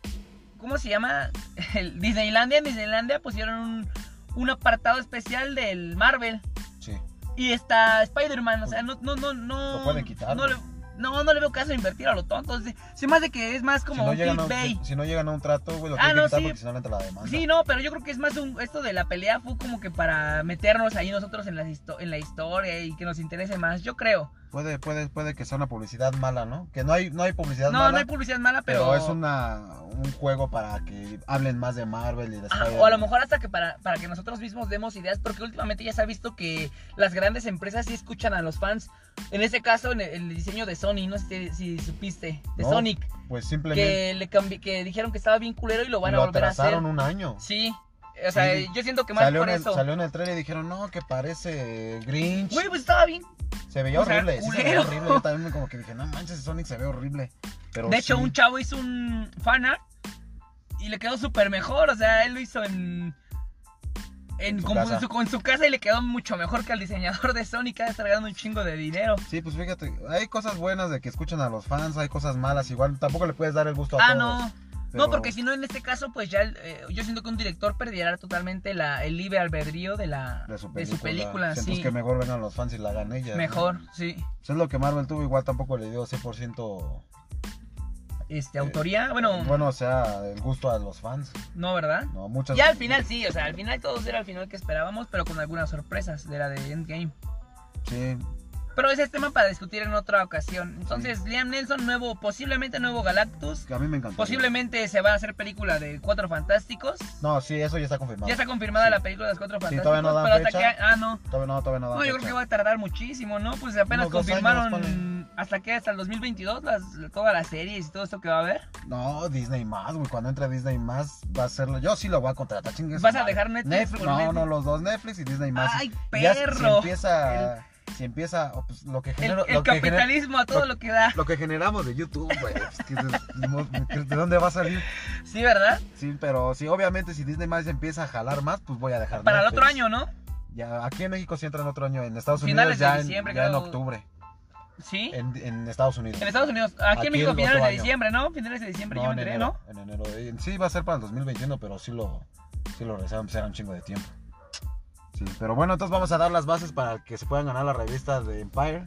Speaker 2: ¿Cómo se llama? El Disneylandia, en Disneylandia pusieron un, un apartado especial del Marvel.
Speaker 1: Sí.
Speaker 2: Y está Spider-Man, o sea, no, no, no, no...
Speaker 1: Lo pueden quitar,
Speaker 2: No,
Speaker 1: ¿no?
Speaker 2: le- no, no le veo caso de invertir a lo tonto. Se, se me hace que es más como
Speaker 1: si, no
Speaker 2: un
Speaker 1: llegan a un,
Speaker 2: clickbait.
Speaker 1: si, si no llegan a un trato, güey, lo
Speaker 2: Ah,
Speaker 1: tienen
Speaker 2: no,
Speaker 1: que quitar
Speaker 2: sí.
Speaker 1: porque si no le entra la demanda.
Speaker 2: Sí, no, pero yo creo que es más un, esto de la pelea fue como que para meternos ahí nosotros en, las histo- en la historia y que nos interese más, yo creo.
Speaker 1: Puede, puede, puede que sea una publicidad mala, ¿no? Que no hay, no hay publicidad
Speaker 2: No,
Speaker 1: mala.
Speaker 2: no hay publicidad mala, pero...
Speaker 1: Pero, es una, un juego para que hablen más de Marvel y de
Speaker 2: Ajá,
Speaker 1: Spider-Man.
Speaker 2: o a lo mejor hasta que para, para que nosotros mismos demos ideas, porque últimamente ya se ha visto que las grandes empresas sí escuchan a los fans. En este caso, en el, el diseño de Sony, no sé si, si supiste, de
Speaker 1: No,
Speaker 2: Sonic,
Speaker 1: Pues simplemente
Speaker 2: que, le cambi- que dijeron que estaba bien culero y lo van
Speaker 1: lo
Speaker 2: a volver a hacer.
Speaker 1: atrasaron un año.
Speaker 2: Sí, o sea,
Speaker 1: Sí.
Speaker 2: yo siento que más
Speaker 1: Salió
Speaker 2: por
Speaker 1: en, el,
Speaker 2: eso.
Speaker 1: salió en el trailer y dijeron, no, que parece Grinch.
Speaker 2: Güey, pues estaba bien
Speaker 1: se veía
Speaker 2: o sea,
Speaker 1: horrible, sí se veía
Speaker 2: culero.
Speaker 1: horrible. Yo también como que dije, no manches, Sonic se ve horrible. Pero
Speaker 2: De hecho,
Speaker 1: sí,
Speaker 2: un chavo hizo un fanart y le quedó súper mejor. O sea, él lo hizo en. En,
Speaker 1: En su
Speaker 2: como en
Speaker 1: casa.
Speaker 2: su, en su casa y le quedó mucho mejor que al diseñador de Sonic, que ha de estar ganando un chingo de dinero.
Speaker 1: Sí, pues fíjate, hay cosas buenas de que escuchan a los fans, hay cosas malas igual. Tampoco le puedes dar el gusto a
Speaker 2: Ah,
Speaker 1: todos.
Speaker 2: no. No, porque si no, en este caso, pues ya el- eh, yo siento que un director perdiera totalmente la, el libre albedrío de, la,
Speaker 1: De su película.
Speaker 2: película.
Speaker 1: Entonces
Speaker 2: sí.
Speaker 1: que mejor vengan los fans y la hagan ella.
Speaker 2: Mejor, sí.
Speaker 1: Eso es lo que Marvel tuvo, igual tampoco le dio 100%...
Speaker 2: Este, autoría, bueno,
Speaker 1: Eh, Bueno, o sea, el gusto a los fans.
Speaker 2: no, ¿verdad?
Speaker 1: No, muchas
Speaker 2: Ya al final sí, o sea, al final todos era el final que esperábamos, pero con algunas sorpresas de la de Endgame.
Speaker 1: Sí,
Speaker 2: Pero ese es tema para discutir en otra ocasión. Entonces, Liam Nelson, nuevo, posiblemente nuevo Galactus.
Speaker 1: que a mí me encantó.
Speaker 2: Posiblemente se va a hacer película de Cuatro Fantásticos.
Speaker 1: No, sí, eso ya está confirmado.
Speaker 2: Ya está confirmada
Speaker 1: Sí.
Speaker 2: la película de los Cuatro Fantásticos.
Speaker 1: todavía no dan
Speaker 2: pero hasta
Speaker 1: fecha.
Speaker 2: que. Ah, no.
Speaker 1: Todavía no, todavía no. dan
Speaker 2: No, yo creo
Speaker 1: fecha.
Speaker 2: que va a tardar muchísimo, ¿no? Pues apenas
Speaker 1: Unos dos
Speaker 2: confirmaron
Speaker 1: años,
Speaker 2: hasta que hasta el 2022 las, todas las series y todo esto que va a haber.
Speaker 1: No, Disney más, güey. Cuando entre Disney más, va a serlo. Yo sí lo voy a contratar. chingue su
Speaker 2: ¿Vas a
Speaker 1: madre.
Speaker 2: dejar Netflix por
Speaker 1: no,
Speaker 2: Netflix?
Speaker 1: no, los dos, Netflix y Disney más.
Speaker 2: ¡Ay,
Speaker 1: Y ya si- Si
Speaker 2: perro!
Speaker 1: empieza. Si empieza. oh, pues, lo que
Speaker 2: El,
Speaker 1: genero-
Speaker 2: el
Speaker 1: lo que gener-
Speaker 2: capitalismo a todo
Speaker 1: lo-
Speaker 2: lo que da.
Speaker 1: lo que generamos de YouTube, güey. pues, que de- ¿De dónde va a salir?
Speaker 2: Sí, ¿verdad?
Speaker 1: Sí, pero sí, obviamente, si Disney más empieza a jalar más, pues voy a dejar.
Speaker 2: Para el
Speaker 1: Netflix.
Speaker 2: otro año, ¿no?
Speaker 1: Ya, aquí en México sí entra en otro año. En Estados
Speaker 2: Finales
Speaker 1: Unidos ya,
Speaker 2: de
Speaker 1: en,
Speaker 2: diciembre,
Speaker 1: ya en
Speaker 2: creo.
Speaker 1: octubre.
Speaker 2: Sí.
Speaker 1: En, en Estados Unidos.
Speaker 2: En Estados Unidos. Aquí,
Speaker 1: Eh. Aquí
Speaker 2: en México,
Speaker 1: el
Speaker 2: finales
Speaker 1: otro
Speaker 2: de
Speaker 1: año.
Speaker 2: diciembre, ¿no? Finales de diciembre, yo me enteré, ¿no?
Speaker 1: enero, En enero. Eh, Sí, va a ser para el 2021, pero sí lo, sí lo regresaron, pues era un chingo de tiempo. Sí, pero bueno, entonces vamos a dar las bases para que se puedan ganar la revista de Empire.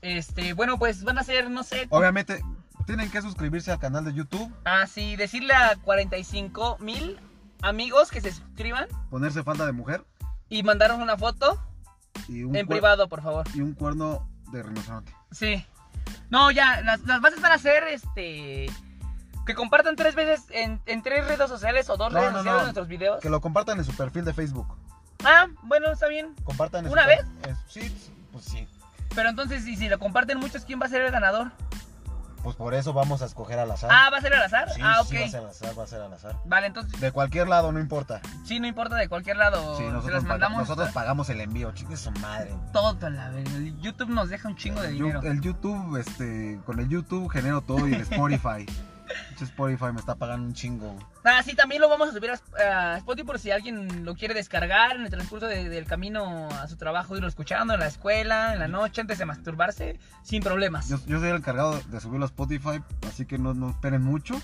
Speaker 2: Este, bueno, pues van a ser, no sé.
Speaker 1: Obviamente, tienen que suscribirse al canal de YouTube,
Speaker 2: Ah, sí, decirle a 45 mil amigos que se suscriban
Speaker 1: ponerse falda de mujer.
Speaker 2: y mandarnos una foto
Speaker 1: Y un,
Speaker 2: en
Speaker 1: cuer-
Speaker 2: privado, por favor.
Speaker 1: y un cuerno de rinoceronte.
Speaker 2: Sí. No, ya, las, las bases van a ser este. Que compartan tres veces en, en tres redes sociales o dos
Speaker 1: No,
Speaker 2: redes
Speaker 1: no,
Speaker 2: sociales
Speaker 1: no.
Speaker 2: nuestros videos.
Speaker 1: Que lo compartan en su perfil de Facebook.
Speaker 2: Ah, bueno, está bien.
Speaker 1: Compartan en su
Speaker 2: ¿Una
Speaker 1: per- en- sí, pues sí.
Speaker 2: Pero entonces, y si lo comparten muchos, ¿quién va a ser el ganador?
Speaker 1: Pues por eso vamos a escoger al azar.
Speaker 2: Ah, ¿va a ser al azar?
Speaker 1: sí,
Speaker 2: ah, ok.
Speaker 1: sí, va a ser al azar, va a ser al azar.
Speaker 2: Vale, entonces,
Speaker 1: De cualquier lado, no importa.
Speaker 2: sí, no importa de cualquier lado.
Speaker 1: Sí,
Speaker 2: Oh, se
Speaker 1: nosotros,
Speaker 2: las
Speaker 1: paga-
Speaker 2: mandamos Ah.
Speaker 1: nosotros pagamos el envío, chingue su madre.
Speaker 2: todo a la verga. El YouTube nos deja un chingo de
Speaker 1: El
Speaker 2: dinero.
Speaker 1: Yu- El YouTube, este, con el YouTube genero todo y el Spotify. Pinche Spotify me está pagando un chingo.
Speaker 2: Ah, sí, también lo vamos a subir a, Sp- a Spotify por si alguien lo quiere descargar en el transcurso de- del camino a su trabajo, irlo escuchando en la escuela, en la noche, antes de masturbarse, sin problemas.
Speaker 1: Yo, yo soy el encargado de subirlo a Spotify, así que no, no esperen mucho.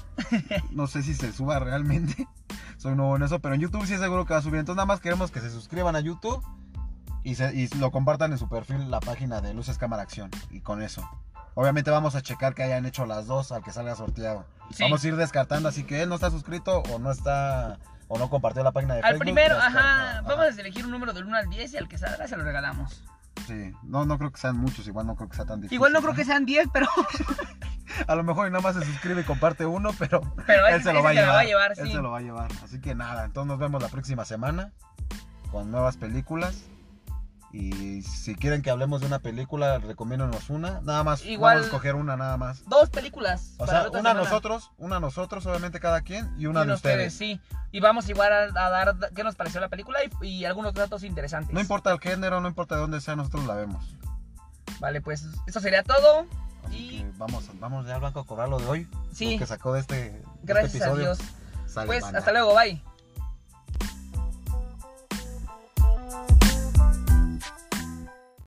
Speaker 1: No sé si se suba realmente. Soy nuevo en eso, pero en YouTube sí es seguro que va a subir. Entonces nada más queremos que se suscriban a YouTube y, se- y lo compartan en su perfil la página de Luces Cámara Acción. Y con eso. Obviamente vamos a checar que hayan hecho las dos al que salga sorteado.
Speaker 2: Sí.
Speaker 1: Vamos a ir descartando, así que él no está suscrito o no está o no compartió la página de
Speaker 2: Al
Speaker 1: Facebook.
Speaker 2: primero,
Speaker 1: descarta.
Speaker 2: ajá, vamos a elegir un número del 1 al 10 y al que salga se lo regalamos.
Speaker 1: Sí, no, no creo que sean muchos, igual no creo que sea tan difícil.
Speaker 2: Igual no creo que sean 10, pero,
Speaker 1: A lo mejor y nada más se suscribe y comparte uno, pero
Speaker 2: pero
Speaker 1: él
Speaker 2: ese-
Speaker 1: se lo
Speaker 2: ese
Speaker 1: va a
Speaker 2: te
Speaker 1: llevar.
Speaker 2: la va a llevar,
Speaker 1: Él
Speaker 2: sí.
Speaker 1: se lo va a llevar. Así que nada, entonces nos vemos la próxima semana con nuevas películas. Y si quieren que hablemos de una película, recomiéndonos una. Nada más,
Speaker 2: Igual-
Speaker 1: vamos a escoger una nada más.
Speaker 2: Dos películas.
Speaker 1: O
Speaker 2: para la
Speaker 1: sea,
Speaker 2: otra
Speaker 1: una
Speaker 2: semana.
Speaker 1: nosotros, una nosotros, obviamente cada quien, y
Speaker 2: Sí,
Speaker 1: una de ustedes.
Speaker 2: Sí, y vamos igual a, a dar d- qué nos pareció la película y, y algunos datos interesantes.
Speaker 1: No importa el género, no importa de dónde sea, nosotros la vemos.
Speaker 2: Vale, pues eso sería todo.
Speaker 1: Así
Speaker 2: Y-
Speaker 1: que vamos, vamos ya al banco a cobrar lo de hoy.
Speaker 2: Sí,
Speaker 1: Lo que sacó de este, de este
Speaker 2: gracias a
Speaker 1: episodio.
Speaker 2: Dios.
Speaker 1: Sale,
Speaker 2: Pues
Speaker 1: banda.
Speaker 2: hasta luego, bye.